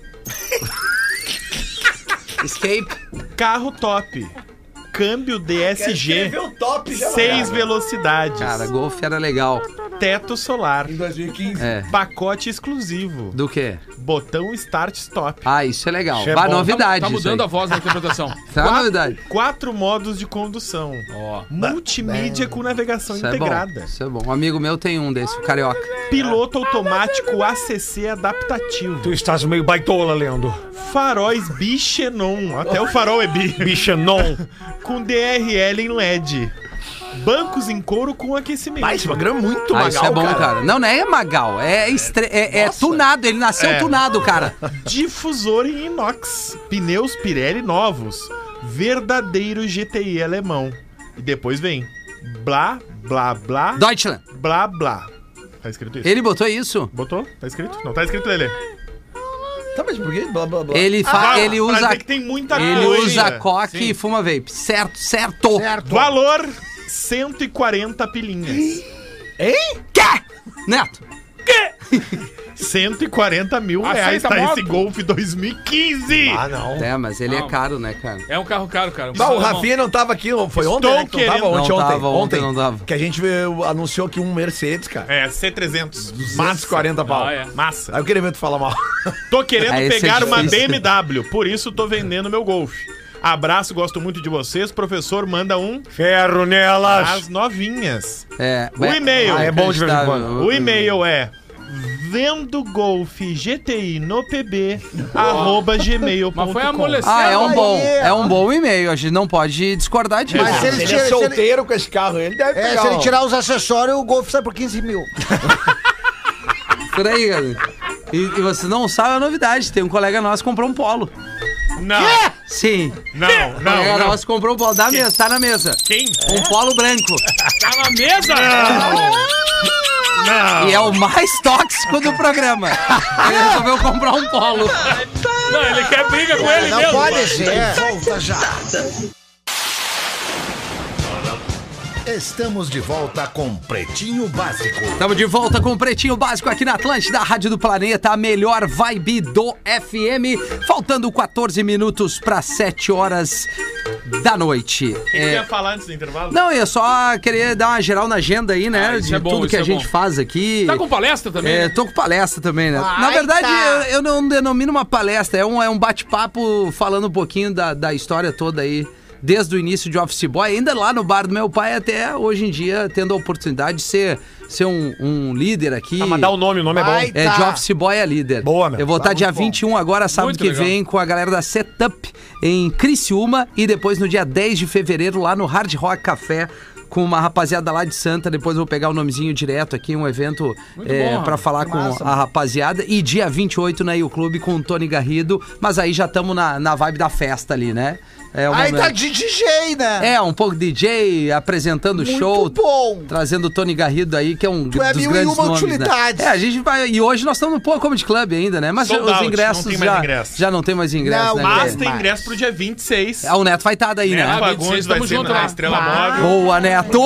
Speaker 4: Escape.
Speaker 10: Carro top. Câmbio DSG,
Speaker 5: o top
Speaker 10: 6 velocidades,
Speaker 4: Cara, Golf era legal.
Speaker 10: teto solar,
Speaker 5: Em 2015.
Speaker 4: É.
Speaker 10: pacote exclusivo,
Speaker 4: Do quê?
Speaker 10: botão start stop.
Speaker 4: Ah, isso é legal.
Speaker 10: Isso é
Speaker 4: Bah,
Speaker 10: bom.
Speaker 4: novidade.
Speaker 7: Tá
Speaker 4: isso
Speaker 7: mudando a
Speaker 4: aí.
Speaker 7: voz da interpretação.
Speaker 4: Tá novidade.
Speaker 10: Quatro modos de condução.
Speaker 7: Ó.
Speaker 10: Multimídia com navegação
Speaker 4: Isso é bom.
Speaker 10: integrada.
Speaker 4: Isso é bom. Um amigo meu tem um desse, o carioca.
Speaker 10: Piloto automático ACC adaptativo.
Speaker 6: tu estás meio baitola, Leandro.
Speaker 10: Faróis Bichenon. Até o farol é bi.
Speaker 6: Bichenon.
Speaker 10: Com DRL em LED. Bancos em couro com aquecimento.
Speaker 5: Mas esse programa é muito
Speaker 4: Ah,
Speaker 5: legal,
Speaker 4: isso é bom, cara. Não, não é Magal. É, estre... é, é tunado. Ele nasceu
Speaker 10: É.
Speaker 4: tunado, cara.
Speaker 10: Difusor em inox. Pneus Pirelli novos. Verdadeiro GTI alemão. E depois vem. Blá, blá, blá,
Speaker 4: Deutschland.
Speaker 10: blá, blá. Tá escrito isso?
Speaker 4: Ele botou isso?
Speaker 10: Botou? Tá escrito? Não, tá escrito, Lelê.
Speaker 5: Tá, mas por quê? Blá, blá, blá.
Speaker 4: Ele, fa...
Speaker 10: Fala,
Speaker 4: Ah, ele
Speaker 10: Ah, pra
Speaker 4: usa
Speaker 10: dizer que tem muita
Speaker 4: Ele
Speaker 10: coisa.
Speaker 4: usa coque
Speaker 10: Sim.
Speaker 4: e fuma vape. Certo, certo.
Speaker 10: Valor 140 pilinhas.
Speaker 4: Quê? Neto.
Speaker 10: 140 mil
Speaker 7: Aceita
Speaker 10: reais tá
Speaker 7: moto?
Speaker 10: esse Golf 2015.
Speaker 5: Ah, não.
Speaker 4: É, mas ele é caro, né, cara?
Speaker 7: É um carro caro, cara.
Speaker 5: Bah, o Rafinha não tava aqui, foi
Speaker 10: Estou
Speaker 5: ontem, né? que Não
Speaker 10: querendo-
Speaker 5: tava ontem,
Speaker 4: Não
Speaker 5: ontem,
Speaker 4: tava, ontem não tava.
Speaker 5: Que a gente veio- anunciou que um Mercedes, cara.
Speaker 10: É, C300.
Speaker 5: Mais
Speaker 10: Massa.
Speaker 5: 40 pau.
Speaker 7: Ah, é.
Speaker 10: Massa.
Speaker 5: Aí eu queria ver tu falar mal.
Speaker 10: Tô querendo
Speaker 4: Ah, esse é
Speaker 10: pegar uma
Speaker 4: difícil.
Speaker 10: BMW, por isso tô vendendo meu Golf. Abraço, gosto muito de vocês. Professor, manda um
Speaker 6: Ferro
Speaker 10: às
Speaker 6: nelas.
Speaker 10: novinhas.
Speaker 4: É,
Speaker 10: O e-mail.
Speaker 6: Ah, é bom de vez em
Speaker 4: inacreditável.
Speaker 10: O e-mail é vendo Golf GTI no PB arroba gmail.com.
Speaker 7: Mas foi amolecendo.
Speaker 4: Ah, é um
Speaker 8: Aí,
Speaker 4: bom.
Speaker 8: ó.
Speaker 4: É um bom e-mail. A gente não pode discordar disso.
Speaker 8: Mas se ele,
Speaker 5: Ele
Speaker 8: tira,
Speaker 5: é
Speaker 8: se, ele,
Speaker 5: solteiro com esse carro, ele deve
Speaker 8: é,
Speaker 5: pegar.
Speaker 8: se ele
Speaker 5: um-
Speaker 8: tirar os acessórios, o Golf sai por 15 mil.
Speaker 4: Por aí, cara. E, e você não sabe a novidade. Tem um colega nosso que comprou um polo.
Speaker 10: Não,
Speaker 4: Sim.
Speaker 10: não,
Speaker 4: um colega
Speaker 10: não, não.
Speaker 4: nosso comprou um polo. Da mesa, tá na mesa.
Speaker 10: Quem?
Speaker 4: Um polo branco.
Speaker 7: Tá na mesa?
Speaker 10: Não.
Speaker 4: E é o mais tóxico do programa. Ele resolveu comprar um polo.
Speaker 7: Não, ele quer briga com ele
Speaker 8: Não
Speaker 7: mesmo.
Speaker 8: pode ser.
Speaker 2: Volta já. Estamos de volta com Pretinho Básico.
Speaker 4: Estamos de volta com o Pretinho Básico aqui na Atlântida, a Rádio do Planeta, a melhor vibe do FM. Faltando 14 minutos para 7 horas da noite.
Speaker 10: O que que
Speaker 4: É,
Speaker 10: tu ia falar antes do intervalo?
Speaker 4: Não, eu só queria dar uma geral na agenda aí, né?
Speaker 7: Ah, isso
Speaker 4: de
Speaker 7: é bom,
Speaker 4: tudo que a
Speaker 7: isso é
Speaker 4: gente
Speaker 7: bom.
Speaker 4: faz aqui.
Speaker 7: Tá com palestra também?
Speaker 4: É, tô com palestra também, né? Na verdade,
Speaker 8: tá.
Speaker 4: eu, eu não denomino uma palestra, é um, é um bate-papo falando um pouquinho da, da história toda aí. Desde o início de Office Boy, ainda lá no bar do meu pai, até hoje em dia, tendo a oportunidade de ser, ser um, um líder aqui.
Speaker 10: Ah, mas dá o nome, o nome é bom.
Speaker 8: Vai,
Speaker 4: É,
Speaker 8: tá.
Speaker 4: de Office Boy é líder.
Speaker 6: Boa, meu.
Speaker 4: Eu vou estar
Speaker 6: Tá
Speaker 4: dia
Speaker 6: muito bom.
Speaker 4: 21 agora, sábado
Speaker 7: Muito
Speaker 4: que
Speaker 7: legal.
Speaker 4: vem, com a galera da Setup em Criciúma e depois no dia 10 de fevereiro lá no Hard Rock Café com uma rapaziada lá de Santa, depois eu vou pegar o nomezinho direto aqui, um evento é,
Speaker 7: bom,
Speaker 4: para falar com a rapaziada e dia 28 na U Clube com o Tony Garrido, mas aí já estamos na, na vibe da festa ali, né? É o
Speaker 8: Aí
Speaker 4: momento.
Speaker 8: tá de DJ, né?
Speaker 4: É, um pouco DJ, apresentando o
Speaker 8: Muito
Speaker 4: show.
Speaker 8: bom.
Speaker 4: Trazendo o Tony Garrido aí, que é um
Speaker 8: é
Speaker 4: dos
Speaker 8: mil e
Speaker 4: grandes
Speaker 8: uma
Speaker 4: nomes, né?
Speaker 8: utilidades.
Speaker 4: É, a gente vai... E hoje nós estamos no Poa Comedy Club ainda, né? Mas
Speaker 10: Sold
Speaker 4: os
Speaker 10: out,
Speaker 4: ingressos
Speaker 10: não tem mais
Speaker 4: já...
Speaker 10: ingresso.
Speaker 4: Já não tem mais ingresso,
Speaker 8: Não,
Speaker 4: né?
Speaker 10: Mas
Speaker 8: É,
Speaker 10: tem
Speaker 8: mas-
Speaker 10: ingresso pro dia 26.
Speaker 4: Ah, o Neto vai estar daí,
Speaker 10: Neto
Speaker 4: né?
Speaker 7: vai-
Speaker 10: Fagundes
Speaker 7: 26,
Speaker 10: vai
Speaker 7: tamo
Speaker 10: ser
Speaker 7: junto
Speaker 10: na
Speaker 7: lá.
Speaker 10: Estrela Móvel.
Speaker 4: Boa, Neto!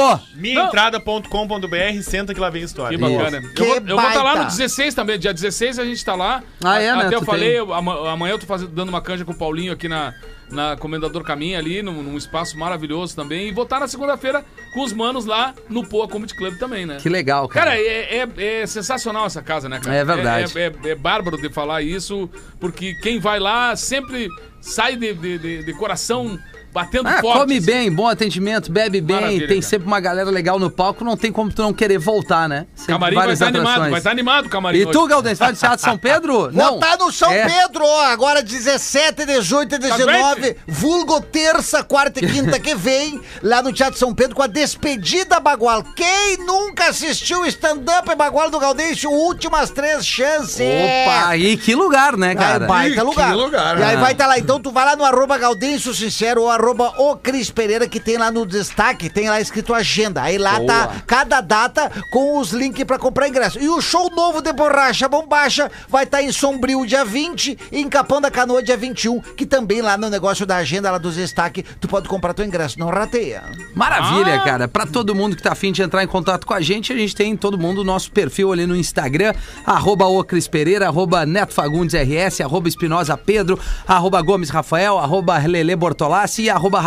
Speaker 10: Minhaentrada.com.br, senta que lá vem a história.
Speaker 7: Que bacana.
Speaker 8: Que
Speaker 7: eu vou eu vou tá lá no
Speaker 8: baita.
Speaker 7: 16 também. Dia 16 a gente tá lá.
Speaker 4: Ah, é,
Speaker 7: A-
Speaker 4: né?
Speaker 7: Até eu
Speaker 4: Tu
Speaker 7: falei,
Speaker 4: tem.
Speaker 7: eu- ama- amanhã eu tô fazendo, dando uma canja com o Paulinho aqui na, na Comendador Caminha, ali, num, num espaço maravilhoso também. E vou estar na segunda-feira com os manos lá no Poa Comedy Club também, né?
Speaker 4: Que legal, cara.
Speaker 7: Cara, é, é- é sensacional essa casa, né, cara?
Speaker 4: É verdade.
Speaker 7: É, é- é bárbaro de falar isso, porque quem vai lá sempre sai de, de- de- de coração batendo
Speaker 4: Ah,
Speaker 7: forte.
Speaker 4: come
Speaker 7: assim.
Speaker 4: bem, bom atendimento, bebe bem,
Speaker 7: Maravilha,
Speaker 4: tem
Speaker 7: cara.
Speaker 4: sempre uma galera legal no palco, não tem como tu não querer voltar, né? Sempre
Speaker 7: Camarim vai
Speaker 4: várias
Speaker 7: estar animado,
Speaker 4: atrações.
Speaker 7: vai estar animado o camarim.
Speaker 4: E tu,
Speaker 7: hoje.
Speaker 4: Galdês, vai do Teatro São Pedro?
Speaker 8: Vou tá no São
Speaker 4: É. Tá
Speaker 8: Pedro, ó, agora 17, 18 e 19, vulgo terça, quarta e quinta que vem, lá no Teatro São Pedro com a despedida Bagual. Quem nunca assistiu o stand-up Bagual do Gaudêncio, últimas três chances.
Speaker 4: Opa, aí que lugar, né, cara?
Speaker 8: Aí, É baita
Speaker 5: Ih,
Speaker 8: lugar.
Speaker 5: que lugar,
Speaker 8: e aí
Speaker 4: né?
Speaker 8: vai estar lá. Então tu vai lá no arroba Gaudêncio Sincero ou arroba o Cris Pereira, que tem lá no destaque, tem lá escrito agenda. Aí lá tá cada data com os links pra comprar ingresso. E o show novo de Borracha Bombacha vai estar em Sombrio dia 20 e em Capão da Canoa dia 21, que também lá no negócio da agenda, lá dos destaques, tu pode comprar teu ingresso. Não rateia.
Speaker 4: Maravilha,
Speaker 10: Ah.
Speaker 4: cara. Pra todo mundo que tá afim de entrar em contato com a gente, a gente tem todo mundo o nosso perfil ali no Instagram, arroba o Cris Pereira, arroba Neto Fagundes RS, arroba Espinosa Pedro, arroba Gomes Rafael, arroba Lele Bortolassi e arroba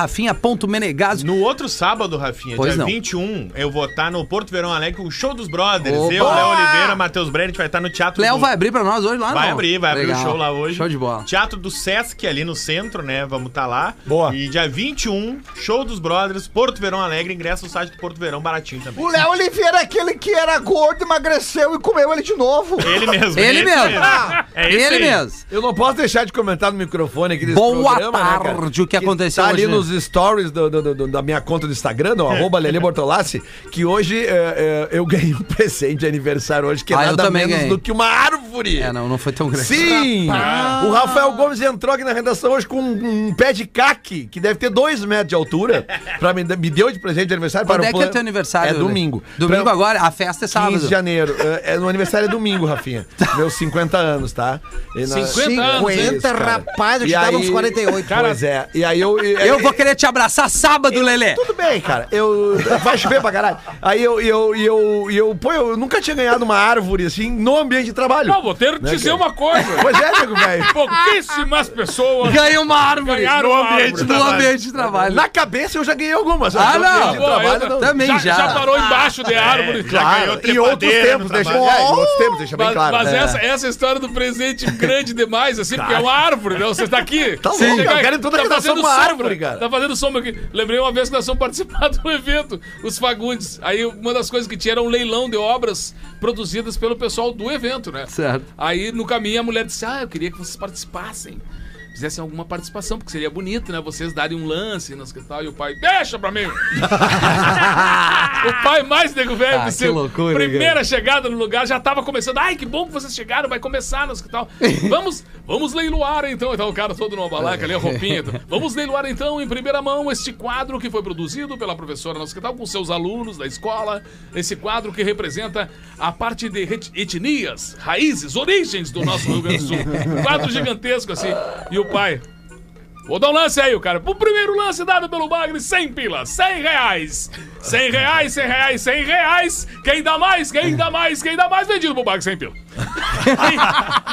Speaker 4: Rafinha.menegaso.
Speaker 10: No outro sábado, Rafinha,
Speaker 4: Pois
Speaker 10: dia
Speaker 4: não.
Speaker 10: 21, eu vou estar no Porto Verão Alegre com o show dos brothers.
Speaker 4: Opa!
Speaker 10: Eu, Léo Oliveira, Matheus Brand, a gente vai estar no Teatro
Speaker 4: Léo
Speaker 10: do...
Speaker 4: vai abrir pra nós hoje lá,
Speaker 10: Vai
Speaker 4: Ah, não?
Speaker 10: abrir, vai abrir
Speaker 4: Legal.
Speaker 10: o show lá hoje.
Speaker 4: Show de bola.
Speaker 10: Teatro do Sesc ali no centro, né? Vamos
Speaker 14: tá
Speaker 10: estar lá.
Speaker 6: Boa.
Speaker 10: E dia 21, show dos brothers, Porto Verão Alegre, ingresso no site do Porto Verão, baratinho também.
Speaker 8: O Léo Oliveira é aquele que era gordo, emagreceu e comeu ele de novo.
Speaker 10: Ele mesmo.
Speaker 4: Ele
Speaker 10: esse
Speaker 4: mesmo.
Speaker 10: É esse
Speaker 4: Ele
Speaker 10: aí.
Speaker 4: mesmo.
Speaker 5: Eu não posso deixar de comentar no microfone aqui desse
Speaker 4: Boa
Speaker 5: programa, né, cara?
Speaker 4: tarde, o que aconteceu
Speaker 5: tá ali
Speaker 4: hoje, né?
Speaker 5: nos stories do- do- do- da minha conta do Instagram,
Speaker 10: É.
Speaker 5: no arroba Lele Bortolassi, que hoje é, é, eu ganhei um presente de aniversário hoje, que é
Speaker 4: Ah, eu
Speaker 5: nada
Speaker 4: também
Speaker 5: menos
Speaker 4: ganhei.
Speaker 5: do que uma árvore.
Speaker 4: É, não, não foi tão grande.
Speaker 5: Sim! O Rafael Gomes entrou aqui na redação hoje com um, um pé de caque, que deve ter dois metros de altura, pra me, me deu de presente de aniversário.
Speaker 4: Quando
Speaker 5: para o
Speaker 4: é que é
Speaker 5: plano-
Speaker 4: teu aniversário?
Speaker 5: É
Speaker 4: Lele?
Speaker 5: domingo.
Speaker 4: Domingo
Speaker 5: Pra-
Speaker 4: agora? A festa é sábado. Tá.
Speaker 5: 15 de janeiro. É, é, no aniversário é domingo, Rafinha. Meus 50 anos, tá? E na-
Speaker 7: 50 anos, hein?
Speaker 8: 50, rapaz, eu
Speaker 5: E
Speaker 8: te dava
Speaker 5: aí-
Speaker 8: uns 48.
Speaker 5: Pois é. E aí eu. e-
Speaker 4: Eu vou querer te abraçar sábado, Lelê.
Speaker 5: Tudo bem, cara. Eu. Vai chover pra caralho. Aí eu. E eu, e eu, e eu pô, eu nunca tinha ganhado uma árvore assim no ambiente de trabalho.
Speaker 7: Não, vou ter que
Speaker 5: Né,
Speaker 7: dizer
Speaker 5: cara?
Speaker 7: uma coisa.
Speaker 5: Pois é, nego, velho.
Speaker 7: Pouquíssimas pessoas
Speaker 4: Ganhei uma árvore
Speaker 7: ganharam
Speaker 10: no
Speaker 7: uma
Speaker 10: ambiente
Speaker 7: árvore.
Speaker 10: de
Speaker 4: no ambiente de trabalho.
Speaker 5: Na cabeça eu já ganhei algumas.
Speaker 4: Ah,
Speaker 5: No ambiente
Speaker 4: não.
Speaker 5: de
Speaker 7: Pô,
Speaker 5: trabalho,
Speaker 7: eu-
Speaker 5: não.
Speaker 4: Também já.
Speaker 7: já, já parou embaixo
Speaker 5: É,
Speaker 7: de árvore.
Speaker 10: já
Speaker 7: Mas-
Speaker 10: ganhou
Speaker 5: Em outros
Speaker 10: trepadeira no
Speaker 5: tempos, deixa,
Speaker 10: trabalho.
Speaker 5: é, em outros tempos, deixa bem
Speaker 7: Mas,
Speaker 5: claro. É.
Speaker 7: essa, essa história do presente grande demais, assim, porque é uma árvore, né? Você tá aqui. Tá
Speaker 5: louco, eu quero em toda a redação uma árvore, cara.
Speaker 7: Tá fazendo sombra aqui. Lembrei uma vez que nós fomos participar de um evento, os Fagundes. Aí uma das coisas que tinha era um leilão de obras produzidas pelo pessoal do evento, né?
Speaker 4: Certo.
Speaker 7: Aí no caminho a mulher disse: Ah, eu queria que vocês participassem. fizessem alguma participação, porque seria bonito, né? Vocês darem um lance nas que tal, e o pai, deixa pra mim! o pai mais nego velho
Speaker 4: Ah, que
Speaker 7: possível.
Speaker 4: loucura,
Speaker 7: Primeira
Speaker 4: cara.
Speaker 7: chegada no lugar, já tava começando. Ai, que bom que vocês chegaram, vai começar nas que tal. Vamos, vamos leiloar então. Então o cara todo numa balaca ali, a roupinha. Vamos leiloar então, em primeira mão, este quadro que foi produzido pela professora Nossa que tal, com seus alunos da escola. Esse quadro que representa a parte de ret- etnias, raízes, origens do nosso Rio Grande do Sul. Um quadro gigantesco assim. E o pai. Vou dar um lance aí, o cara. O primeiro lance dado pelo Magri, 100 pilas, 100 reais. 100 reais, 100 reais, 100 reais. Quem dá mais, quem dá mais, quem dá mais, vendido pro Magri, 100 pila.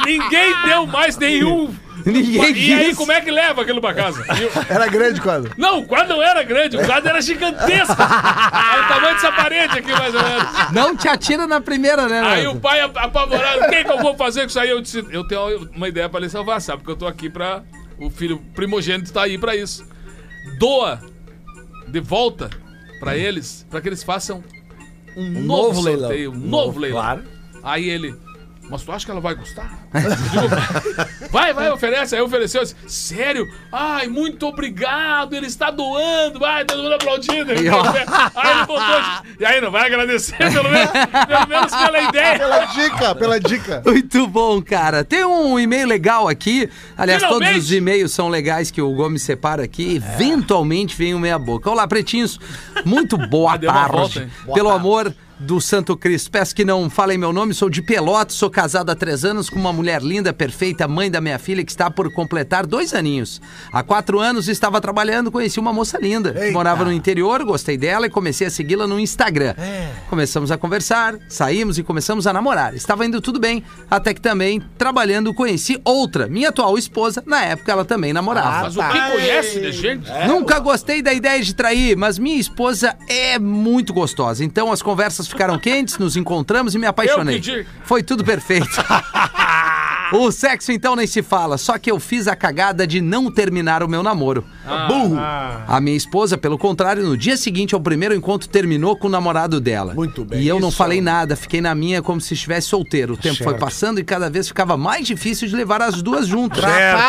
Speaker 7: Nin- Ninguém deu mais nenhum.
Speaker 4: Ninguém
Speaker 7: E aí,
Speaker 4: disse.
Speaker 7: como é que leva aquilo pra casa? E o-
Speaker 5: Era grande quadro.
Speaker 7: Não, o quadro não era grande, o quadro era gigantesco. Era o tamanho dessa parede aqui, mais ou menos.
Speaker 4: Não te atira na primeira, né,
Speaker 7: Aí
Speaker 4: Neto?
Speaker 7: o pai ap- apavorado, o que, que eu vou fazer com isso aí? Eu disse, eu tenho uma ideia pra lhe salvar, sabe? Porque eu tô aqui pra. O filho primogênito tá aí pra isso. Doa de volta pra eles, pra que eles façam um, novo,
Speaker 5: novo leilão.
Speaker 7: sorteio, um novo, leilão. Aí ele. Mas tu acha que ela vai gostar? Eu digo, vai, vai, oferece. Aí ofereceu. eu disse, Sério? Ai, muito obrigado. Ele está doando. Vai, todo mundo aplaudindo. Aí ele botou. disse, E aí, não vai agradecer, pelo menos, pelo menos pela ideia.
Speaker 15: Pela dica, pela dica.
Speaker 4: Muito bom, cara. Tem um e-mail legal aqui. Aliás,
Speaker 7: Finalmente.
Speaker 4: todos os e-mails são legais que o Gomes separa aqui. Eventualmente vem o meia boca. Olá, pretinhos. Muito boa
Speaker 7: Ah, deu uma
Speaker 4: tarde.
Speaker 7: volta, hein? Boa
Speaker 4: Pelo amor do Santo Cristo. Peço que não falem meu nome, sou de Pelotas, sou casado há três anos com uma mulher linda, perfeita, mãe da minha filha, que está por completar dois aninhos. Há quatro anos estava trabalhando, conheci uma moça linda. que Morava no interior, gostei dela e comecei a segui-la no Instagram.
Speaker 7: É.
Speaker 4: Começamos a conversar, saímos e começamos a namorar. Estava indo tudo bem, até que também, trabalhando, conheci outra, minha atual esposa, na época ela também namorava.
Speaker 7: Ah, Mas o que conhece de gente?
Speaker 4: Nunca gostei da ideia de trair, mas minha esposa é muito gostosa. Então as conversas ficaram quentes, nos encontramos e me apaixonei.
Speaker 7: Eu que digo.
Speaker 4: Foi tudo perfeito. O sexo então nem se fala, só que eu fiz a cagada de não terminar o meu namoro.
Speaker 7: Ah,
Speaker 5: Burro.
Speaker 4: A minha esposa, pelo contrário, no dia seguinte ao primeiro encontro, terminou com o namorado dela.
Speaker 5: Muito bem.
Speaker 4: E eu não
Speaker 5: Isso.
Speaker 4: falei nada, fiquei na minha como se estivesse solteiro. O tempo foi passando e cada vez ficava mais difícil de levar as duas juntas.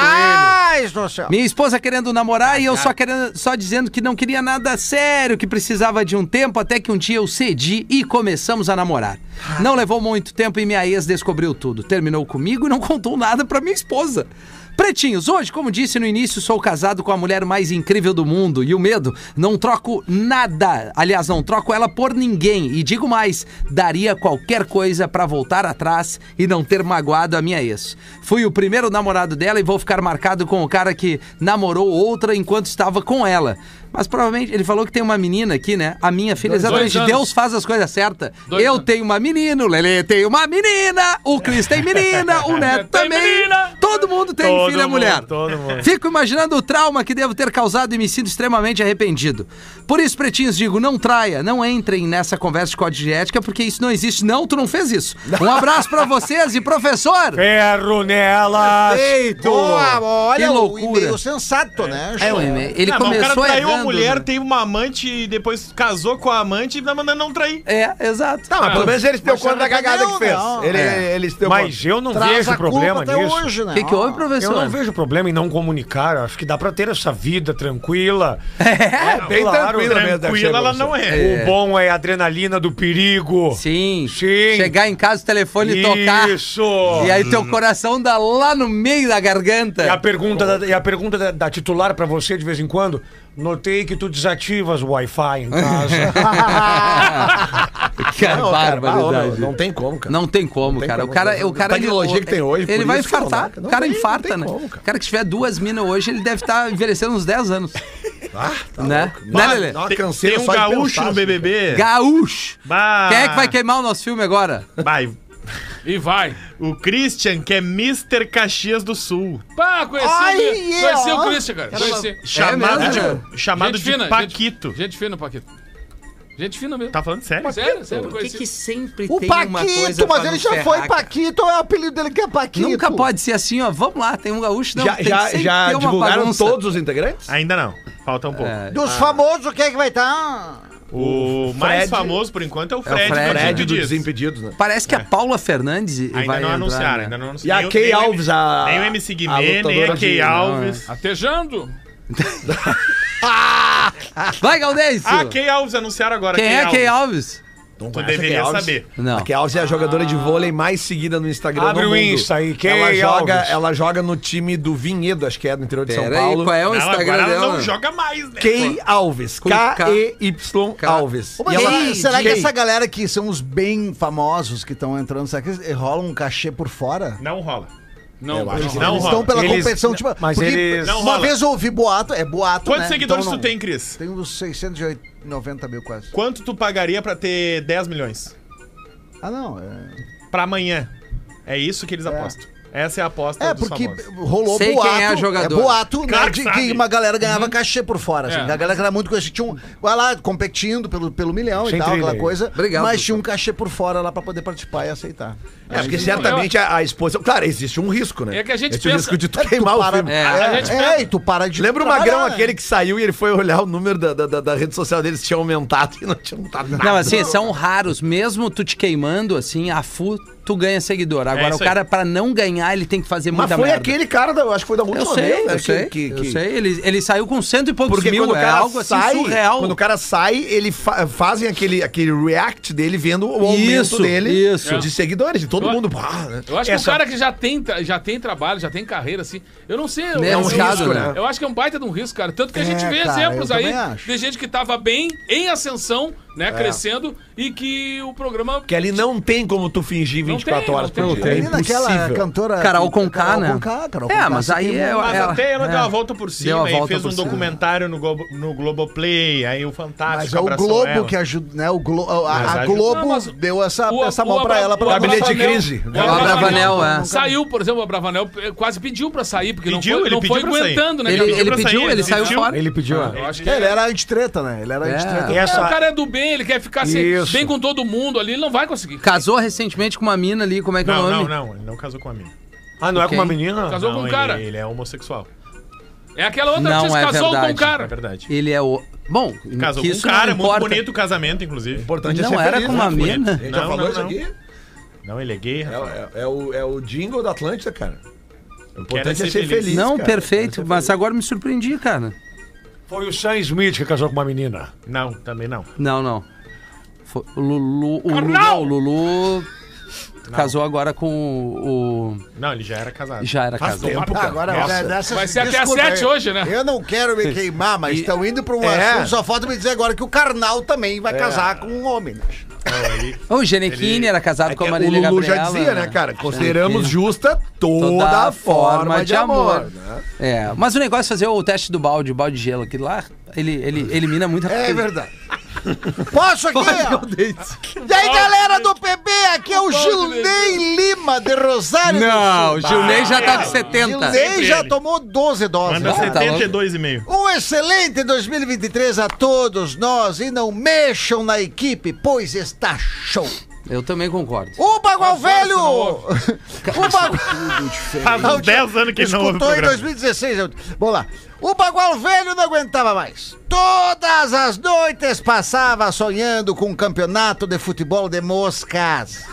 Speaker 8: Rapaz do céu.
Speaker 4: Minha esposa querendo namorar e eu só, querendo, só dizendo que não queria nada sério, que precisava de um tempo, até que um dia eu cedi e começamos a namorar. Não levou muito tempo e minha ex descobriu tudo. Terminou comigo e não contou nada pra minha esposa. Pretinhos, hoje, como disse no início, sou casado com a mulher mais incrível do mundo e o medo, não troco nada. Aliás, não troco ela por ninguém. E digo mais, daria qualquer coisa pra voltar atrás e não ter magoado a minha ex. Fui o primeiro namorado dela e vou ficar marcado com o cara que namorou outra enquanto estava com ela. Mas provavelmente ele falou que tem uma menina aqui, né? A minha filha, exatamente.
Speaker 7: anos.
Speaker 4: Deus faz as coisas certas.
Speaker 7: Dois
Speaker 4: Eu
Speaker 7: anos.
Speaker 4: tenho uma menina, o Lelê tem uma menina, o Cris tem menina, o Neto
Speaker 7: Tem
Speaker 4: também.
Speaker 7: menina.
Speaker 4: Todo mundo tem
Speaker 14: Todo
Speaker 4: filha
Speaker 14: mundo,
Speaker 4: mulher.
Speaker 14: todo mundo.
Speaker 4: Fico imaginando o trauma que devo ter causado e me sinto extremamente arrependido. Por isso, pretinhos, digo, não traia, não entrem nessa conversa de código de ética, porque isso não existe. Não, tu não fez isso. Um abraço pra vocês e professor!
Speaker 10: Ferro nelas!
Speaker 4: Perfeito!
Speaker 8: Boa, Ah, olha
Speaker 4: que
Speaker 8: o
Speaker 4: loucura!
Speaker 8: e-mail sensato, né?
Speaker 4: É, ué, ele
Speaker 14: Ah, mas o cara
Speaker 4: começou
Speaker 14: traiu
Speaker 4: errando,
Speaker 14: a mulher,
Speaker 4: né?
Speaker 14: teve uma amante e depois casou com a amante e tá mandando não trair.
Speaker 4: É, exato.
Speaker 5: Tá, mas pelo menos ele se deu conta da cagada
Speaker 8: não,
Speaker 5: que fez.
Speaker 8: não.
Speaker 5: Ele,
Speaker 4: É.
Speaker 5: ele se deu
Speaker 10: Mas eu não
Speaker 8: Traz a
Speaker 10: vejo
Speaker 8: culpa
Speaker 10: problema
Speaker 8: até
Speaker 10: nisso.
Speaker 8: hoje, né?
Speaker 4: O que, que houve, professor?
Speaker 10: Eu não vejo problema em não comunicar. Acho que dá pra ter essa vida tranquila.
Speaker 5: É, bem tranquilo mesmo. deve ser,
Speaker 14: Tranquila ela
Speaker 5: Gomes.
Speaker 14: não é.
Speaker 10: O bom é a adrenalina do perigo.
Speaker 4: Sim.
Speaker 10: Sim.
Speaker 4: Chegar em casa, o telefone tocar.
Speaker 10: Isso.
Speaker 4: E aí é. teu coração dá lá no meio da garganta.
Speaker 10: E a pergunta, da, e a pergunta da, da titular pra você de vez em quando, notei que tu desativas o Wi-Fi em casa.
Speaker 4: Que
Speaker 5: Não, cara, ah,
Speaker 4: barbaridade.
Speaker 5: não, não tem como, cara.
Speaker 4: Não tem como,
Speaker 5: tem
Speaker 4: cara.
Speaker 5: como,
Speaker 4: o cara, é
Speaker 5: não tem
Speaker 4: o
Speaker 5: como. Tá
Speaker 4: cara
Speaker 5: A tecnologia que tem hoje,
Speaker 4: ele
Speaker 5: por
Speaker 4: vai
Speaker 5: isso que não dá,
Speaker 4: infartar.
Speaker 5: cara.
Speaker 4: O
Speaker 5: Não
Speaker 4: cara
Speaker 5: tem- não
Speaker 4: infarta,
Speaker 5: tem
Speaker 4: né?
Speaker 5: como, cara.
Speaker 4: O cara que tiver duas minas hoje, ele deve estar envelhecendo uns 10 anos.
Speaker 5: Ah, tá
Speaker 4: né? né, Lelê?
Speaker 5: Dá uma
Speaker 14: Tem,
Speaker 5: canseira
Speaker 14: tem um
Speaker 5: só de
Speaker 14: gaúcho
Speaker 5: pensar,
Speaker 14: no
Speaker 5: assim,
Speaker 14: BBB.
Speaker 4: Gaúcho!
Speaker 14: Bah.
Speaker 4: Quem é que
Speaker 5: Ah.
Speaker 4: vai queimar o nosso filme agora?
Speaker 14: Vai,
Speaker 7: E vai.
Speaker 14: o Christian, que é Mr. Caxias do Sul.
Speaker 7: Pá, conheci,
Speaker 8: Ai,
Speaker 7: o, conheci
Speaker 8: ó.
Speaker 7: o Christian, cara. Conheci.
Speaker 14: Chamado
Speaker 4: É mesmo,
Speaker 14: de,
Speaker 4: cara?
Speaker 14: chamado
Speaker 7: Gente
Speaker 14: de
Speaker 7: fina, gente-
Speaker 14: Paquito.
Speaker 7: Gente fina, Paquito. Gente fina mesmo.
Speaker 14: Tá falando sério?
Speaker 7: Sério, sério,
Speaker 4: Por que,
Speaker 7: conheci.
Speaker 4: que sempre
Speaker 8: O
Speaker 4: tem uma coisa
Speaker 8: Paquito,
Speaker 4: pra
Speaker 8: mas ele
Speaker 4: nos
Speaker 8: já
Speaker 4: ferrar,
Speaker 8: foi
Speaker 4: cara?
Speaker 8: Paquito, é o apelido dele que é Paquito.
Speaker 4: Nunca pode ser assim, ó. Vamos lá, tem um gaúcho, não.
Speaker 5: Já,
Speaker 4: tem
Speaker 5: já,
Speaker 4: sempre
Speaker 5: já
Speaker 4: ter uma
Speaker 5: divulgaram
Speaker 4: bagunça.
Speaker 5: todos os integrantes?
Speaker 14: Ainda não. Falta um pouco.
Speaker 8: Dos famosos, quem é que vai estar?
Speaker 14: O, mais
Speaker 5: Fred-
Speaker 14: famoso, por enquanto, é o Fred,
Speaker 5: Fred,
Speaker 14: do
Speaker 5: do
Speaker 14: Desimpedidos.
Speaker 5: Desimpedidos, né?
Speaker 4: Parece que a Paula Fernandes vai
Speaker 14: Ainda não
Speaker 4: entrar,
Speaker 14: anunciaram,
Speaker 4: né?
Speaker 14: ainda não anunciaram.
Speaker 5: E a
Speaker 14: Nem o-
Speaker 5: Key
Speaker 14: nem o-
Speaker 5: Alves, a.
Speaker 14: Nem o MC
Speaker 5: a
Speaker 14: Guimê, nem
Speaker 5: lutadora
Speaker 14: a Key
Speaker 5: de-
Speaker 10: é
Speaker 7: é.
Speaker 14: Alves.
Speaker 7: Atejando.
Speaker 4: Vai, Galdêncio!
Speaker 14: Ah, Key Alves anunciaram agora.
Speaker 4: Quem é Key Alves?
Speaker 5: Não
Speaker 14: Tu
Speaker 5: conhece a Key
Speaker 14: deveria
Speaker 5: Alves?
Speaker 14: saber.
Speaker 4: Não.
Speaker 5: A Key Alves é a jogadora de vôlei mais seguida no Instagram
Speaker 6: Abre
Speaker 5: do
Speaker 6: o
Speaker 5: mundo.
Speaker 6: Insta aí, Key
Speaker 5: ela joga,
Speaker 6: Alves.
Speaker 5: ela joga no time do Vinhedo, acho que é, no interior de São
Speaker 4: Pera aí,
Speaker 5: Paulo.
Speaker 4: qual é o
Speaker 14: Não, agora
Speaker 4: Instagram
Speaker 14: ela
Speaker 4: dela?
Speaker 14: não joga mais, né?
Speaker 5: Key Alves.
Speaker 4: Com K.
Speaker 5: K-E-Y
Speaker 4: K.
Speaker 5: Alves.
Speaker 8: Mas
Speaker 5: E ela-
Speaker 8: será- será que
Speaker 5: Key.
Speaker 8: essa galera que são os bem famosos que estão entrando, será que eles rolam um cachê por fora?
Speaker 14: Não rola.
Speaker 7: Não,
Speaker 5: Eu acho que
Speaker 14: Não
Speaker 8: eles
Speaker 14: rola.
Speaker 8: estão pela
Speaker 6: Eles-
Speaker 8: competição, tipo.
Speaker 6: mas
Speaker 8: porque
Speaker 6: eles-
Speaker 14: Não
Speaker 8: Uma
Speaker 14: rola.
Speaker 8: vez eu ouvi boato, é boato.
Speaker 14: Quantos
Speaker 8: né?
Speaker 14: seguidores
Speaker 8: Então não-
Speaker 14: tu tem, Cris?
Speaker 8: Tem uns 690 mil quase.
Speaker 14: Quanto tu pagaria pra ter 10 milhões?
Speaker 8: Ah, não. É,
Speaker 14: Pra amanhã. É isso que eles apostam. Essa é a aposta
Speaker 8: É,
Speaker 14: dos
Speaker 8: porque
Speaker 14: famosos.
Speaker 8: rolou
Speaker 4: Sei
Speaker 8: boato.
Speaker 4: quem é a jogadora.
Speaker 8: É boato,
Speaker 14: Claro
Speaker 8: né, de
Speaker 14: que sabe.
Speaker 8: que uma galera ganhava cachê por fora. Assim,
Speaker 7: É.
Speaker 8: A galera que era muito conhecida. Tinha um, vai lá, competindo pelo, pelo milhão
Speaker 6: Sem
Speaker 8: e tal,
Speaker 6: trilha
Speaker 8: aquela
Speaker 6: aí.
Speaker 8: coisa.
Speaker 4: Obrigado,
Speaker 8: mas
Speaker 4: doutor.
Speaker 8: tinha um cachê por fora lá pra poder participar e aceitar.
Speaker 5: É, porque certamente a, a exposição. Claro, existe um risco, né?
Speaker 7: É que a gente
Speaker 5: Existe o
Speaker 7: pensa-
Speaker 5: risco de tu
Speaker 8: É que tu
Speaker 5: queimar o
Speaker 8: para-
Speaker 5: filme.
Speaker 8: É,
Speaker 7: A gente
Speaker 8: é,
Speaker 7: pensa-
Speaker 8: e tu para de.
Speaker 5: Lembra o
Speaker 8: trabalhar,
Speaker 5: Magrão,
Speaker 8: né?
Speaker 5: aquele que saiu e ele foi olhar o número da, da, da, da rede social dele se tinha aumentado e não tinha mudado nada.
Speaker 4: Não, assim, são raros. Mesmo tu te queimando, assim, a FU, tu ganha seguidor. Agora, o
Speaker 14: É isso aí.
Speaker 4: cara, pra não ganhar, ele tem que fazer
Speaker 5: Mas
Speaker 4: muita
Speaker 5: foi
Speaker 4: merda.
Speaker 5: aquele cara, da, eu acho que foi da
Speaker 4: Eu
Speaker 5: última
Speaker 4: sei,
Speaker 5: vez, né?
Speaker 4: eu
Speaker 5: que-
Speaker 4: sei,
Speaker 5: que-
Speaker 4: eu
Speaker 5: que-
Speaker 4: sei. Ele, ele saiu com cento e poucos
Speaker 5: Porque
Speaker 4: mil,
Speaker 5: quando o
Speaker 4: é
Speaker 5: cara
Speaker 4: algo assim
Speaker 5: sai,
Speaker 4: surreal.
Speaker 5: quando o cara sai, ele fa- fazem aquele, aquele react dele vendo o aumento
Speaker 4: Isso,
Speaker 5: dele
Speaker 4: isso.
Speaker 5: de seguidores, de todo
Speaker 7: Eu-
Speaker 5: mundo. pá, né?
Speaker 7: Eu acho que
Speaker 6: Essa-
Speaker 7: um cara que já tem, tra- já tem trabalho, já tem carreira, assim. Eu não sei. eu-
Speaker 4: É um
Speaker 7: eu-
Speaker 4: risco,
Speaker 7: eu-
Speaker 4: né?
Speaker 7: Eu acho que é um baita de um risco, cara. Tanto que a
Speaker 8: É,
Speaker 7: gente vê
Speaker 8: cara,
Speaker 7: exemplos
Speaker 8: eu
Speaker 7: aí
Speaker 8: também acho.
Speaker 7: de gente que tava bem, em ascensão, né? Crescendo, e que o programa.
Speaker 5: Porque ali não tem como tu fingir
Speaker 7: Não
Speaker 5: 24
Speaker 7: tem,
Speaker 5: horas
Speaker 7: não tem.
Speaker 5: por dia. É
Speaker 8: Ali naquela
Speaker 5: impossível.
Speaker 8: cantora.
Speaker 4: Carol Conká, né?
Speaker 8: Conká, Carol
Speaker 4: É,
Speaker 8: Conká,
Speaker 4: mas
Speaker 8: se
Speaker 5: assim,
Speaker 4: aí
Speaker 8: queimou.
Speaker 4: eu-
Speaker 14: Mas
Speaker 4: Ela-
Speaker 14: até ela
Speaker 4: é.
Speaker 14: deu a volta por
Speaker 4: Deu a
Speaker 14: cima e
Speaker 4: volta
Speaker 14: fez
Speaker 4: por
Speaker 14: um
Speaker 4: cima.
Speaker 14: documentário no, Globo, no Globoplay, aí o
Speaker 8: Mas
Speaker 10: Ah,
Speaker 14: Fantástico
Speaker 8: é o
Speaker 14: abraçou
Speaker 8: Globo
Speaker 14: ela.
Speaker 8: que ajuda, né? O Glo a- a,
Speaker 14: Mas
Speaker 8: a
Speaker 14: ajuda.
Speaker 8: Globo
Speaker 7: Não, mas
Speaker 8: deu essa,
Speaker 7: O-
Speaker 8: essa
Speaker 7: o
Speaker 8: mão pra
Speaker 7: Abra-
Speaker 8: ela
Speaker 7: o
Speaker 8: pra
Speaker 5: Gabinete de
Speaker 7: Abravanel-
Speaker 5: crise.
Speaker 7: o
Speaker 4: Abravanel, é.
Speaker 7: Saiu, por exemplo, o Abravanel eh, quase pediu pra sair, porque
Speaker 14: Pediu,
Speaker 7: não foi,
Speaker 14: ele
Speaker 7: não foi
Speaker 14: pediu pra sair.
Speaker 7: aguentando, né?
Speaker 4: Ele,
Speaker 7: cara?
Speaker 4: ele
Speaker 14: pra
Speaker 4: pediu,
Speaker 14: sair, Ah.
Speaker 4: ele
Speaker 14: ele
Speaker 4: saiu
Speaker 14: pediu.
Speaker 4: fora.
Speaker 6: Ele pediu. ó.
Speaker 7: Eu acho que
Speaker 8: É, Ele era antitreta, né? Ele era
Speaker 4: É.
Speaker 8: antitreta.
Speaker 6: E
Speaker 7: É, o
Speaker 6: essa,
Speaker 7: cara é do bem, ele quer ficar assim,
Speaker 6: Isso.
Speaker 7: bem com todo mundo ali, ele não vai conseguir.
Speaker 4: Casou recentemente com uma mina ali, como é que é o
Speaker 14: Não,
Speaker 4: nome?
Speaker 14: não, não. Ele não casou com a minha.
Speaker 6: ah, não é com
Speaker 4: Quem?
Speaker 6: uma menina?
Speaker 7: Casou
Speaker 14: Não,
Speaker 7: com um
Speaker 14: ele-
Speaker 7: cara.
Speaker 14: Ele, é homossexual.
Speaker 7: É aquela outra
Speaker 4: Não
Speaker 7: artista
Speaker 4: é
Speaker 7: que casou com
Speaker 4: verdade.
Speaker 7: um
Speaker 14: É
Speaker 7: cara.
Speaker 14: verdade.
Speaker 4: Ele é o. Bom,
Speaker 14: Casou
Speaker 4: que
Speaker 14: com um
Speaker 4: isso
Speaker 14: cara,
Speaker 4: não
Speaker 14: muito
Speaker 4: importa.
Speaker 14: bonito o casamento, inclusive.
Speaker 5: importante é
Speaker 4: Não
Speaker 5: ser
Speaker 4: era
Speaker 5: feliz,
Speaker 4: com
Speaker 5: né?
Speaker 4: uma
Speaker 14: bonito.
Speaker 4: mina.
Speaker 5: Ele
Speaker 14: Não,
Speaker 5: já falou
Speaker 14: não,
Speaker 5: isso
Speaker 14: não.
Speaker 5: aqui?
Speaker 14: Não, ele é gay,
Speaker 5: É,
Speaker 14: rapaz.
Speaker 5: é- é o, é o jingle da Atlântida, cara. O
Speaker 14: Quero é
Speaker 5: importante
Speaker 14: ser
Speaker 5: é ser
Speaker 14: feliz.
Speaker 5: feliz.
Speaker 4: Não,
Speaker 5: cara. é
Speaker 4: perfeito, mas agora me surpreendi, cara.
Speaker 6: Foi o Sam Smith que casou com uma menina.
Speaker 14: Não, também não.
Speaker 4: Não, não. Foi o Lulu. O Lulu, não, o Lulu casou agora com o.
Speaker 14: Não, ele já era casado.
Speaker 4: Já era
Speaker 5: Faz
Speaker 4: casado.
Speaker 5: tempo,
Speaker 8: Ah,
Speaker 5: cara.
Speaker 8: Agora,
Speaker 5: Nossa.
Speaker 8: é, dessas-
Speaker 7: Vai ser até
Speaker 8: desculpa,
Speaker 7: às sete
Speaker 8: eu-
Speaker 7: hoje, né?
Speaker 8: Eu não quero me queimar, mas estão indo pra um
Speaker 5: É.
Speaker 8: assunto. Só falta me dizer agora que o Karnal também vai casar com um homem. né?
Speaker 14: Não, ele-
Speaker 4: O Genequini
Speaker 14: Ele-
Speaker 4: era casado com a
Speaker 5: é O
Speaker 4: Marília
Speaker 5: Lulu
Speaker 4: Gabriela.
Speaker 5: já dizia, né, cara? Consideramos justa toda,
Speaker 4: Toda
Speaker 5: forma de amor. né?
Speaker 4: É, mas o negócio é fazer o teste do balde, o balde de gelo, aquele lá, ele, ele elimina muita coisa.
Speaker 8: É verdade. Posso aqui? ó? E aí, galera do PB, aqui é o Gilney
Speaker 7: né?
Speaker 8: Lima de Rosário.
Speaker 4: Não, o
Speaker 8: do Sul. Ah,
Speaker 4: Gilney já tá com
Speaker 8: Gilney
Speaker 4: 70.
Speaker 8: já
Speaker 14: ele.
Speaker 8: tomou 12 doses.
Speaker 14: Manda
Speaker 4: tá louco.
Speaker 14: 72,5.
Speaker 8: Um excelente 2023 a todos nós e não mexam na equipe, pois está show.
Speaker 4: Eu também concordo.
Speaker 8: O Bagual Velho!
Speaker 7: não
Speaker 8: O Bagual...
Speaker 14: Faz uns 10 anos que ele não ouve o
Speaker 8: Escutou em
Speaker 14: programa.
Speaker 8: 2016. eu- Vamos lá. O Bagual Velho não aguentava mais. Todas as noites passava sonhando com um campeonato de futebol de moscas.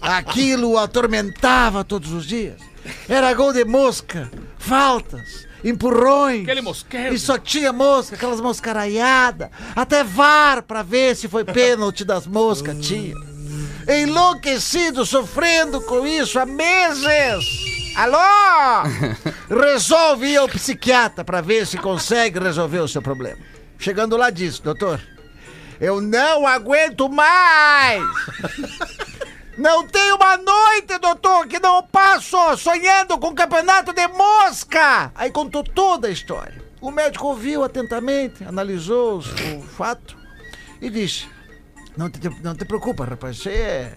Speaker 8: Aquilo o atormentava todos os dias. Era gol de mosca, faltas, empurrões.
Speaker 7: Aquele mosqueiro.
Speaker 8: E só tinha mosca, aquelas moscaraiadas. Até VAR pra ver se foi pênalti das moscas, tinha. Enlouquecido, sofrendo com isso há meses. Alô? Resolve ir ao psiquiatra pra ver se consegue resolver o seu problema. Chegando lá, disse, doutor, eu não aguento mais. Não tem uma noite, doutor, que não passo sonhando com um campeonato de mosca! Aí contou toda a história. O médico ouviu atentamente, analisou os- o fato e disse: Não te, não te preocupa, rapaz, isso aí é,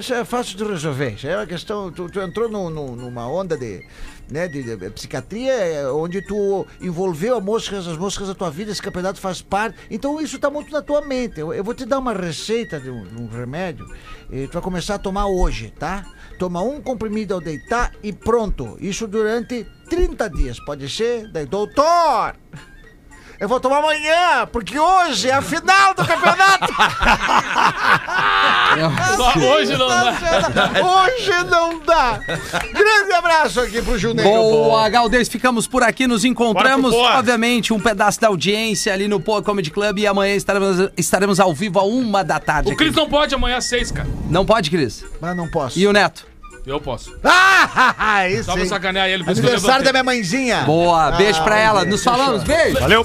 Speaker 8: isso é fácil de resolver. Isso aí é uma questão. Tu, tu entrou num- num- numa onda de, né, de, de psiquiatria é, onde tu envolveu as moscas, as moscas da tua vida, esse campeonato faz parte. Então isso tá muito na tua mente. Eu, eu vou te dar uma receita de um, de um remédio. E tu vai começar a tomar hoje, tá? Toma um comprimido ao deitar e pronto. Isso durante 30 dias. Pode ser? Daí, doutor! Eu vou tomar amanhã, porque hoje é a final do campeonato.
Speaker 7: Só hoje não dá.
Speaker 8: Hoje não dá. Grande abraço aqui pro Juninho.
Speaker 4: Boa, Galdês, ficamos por aqui, nos encontramos.
Speaker 10: Bora pro Boa.
Speaker 4: Obviamente, um pedaço da audiência ali no Poa Comedy Club e amanhã estaremos, estaremos ao vivo a uma da tarde.
Speaker 7: O
Speaker 4: aqui.
Speaker 7: Cris não pode amanhã às seis, cara.
Speaker 4: Não pode, Cris?
Speaker 8: Mas não posso.
Speaker 4: E o Neto?
Speaker 7: Eu posso.
Speaker 8: Ah, isso
Speaker 7: Só pra
Speaker 8: aí.
Speaker 7: sacanear ele. por isso que eu
Speaker 8: Aniversário da
Speaker 7: levantei.
Speaker 8: minha mãezinha. Ah, um
Speaker 4: Boa,
Speaker 10: Ah,
Speaker 4: beijo pra ela. Nos falamos, beijo.
Speaker 10: Valeu!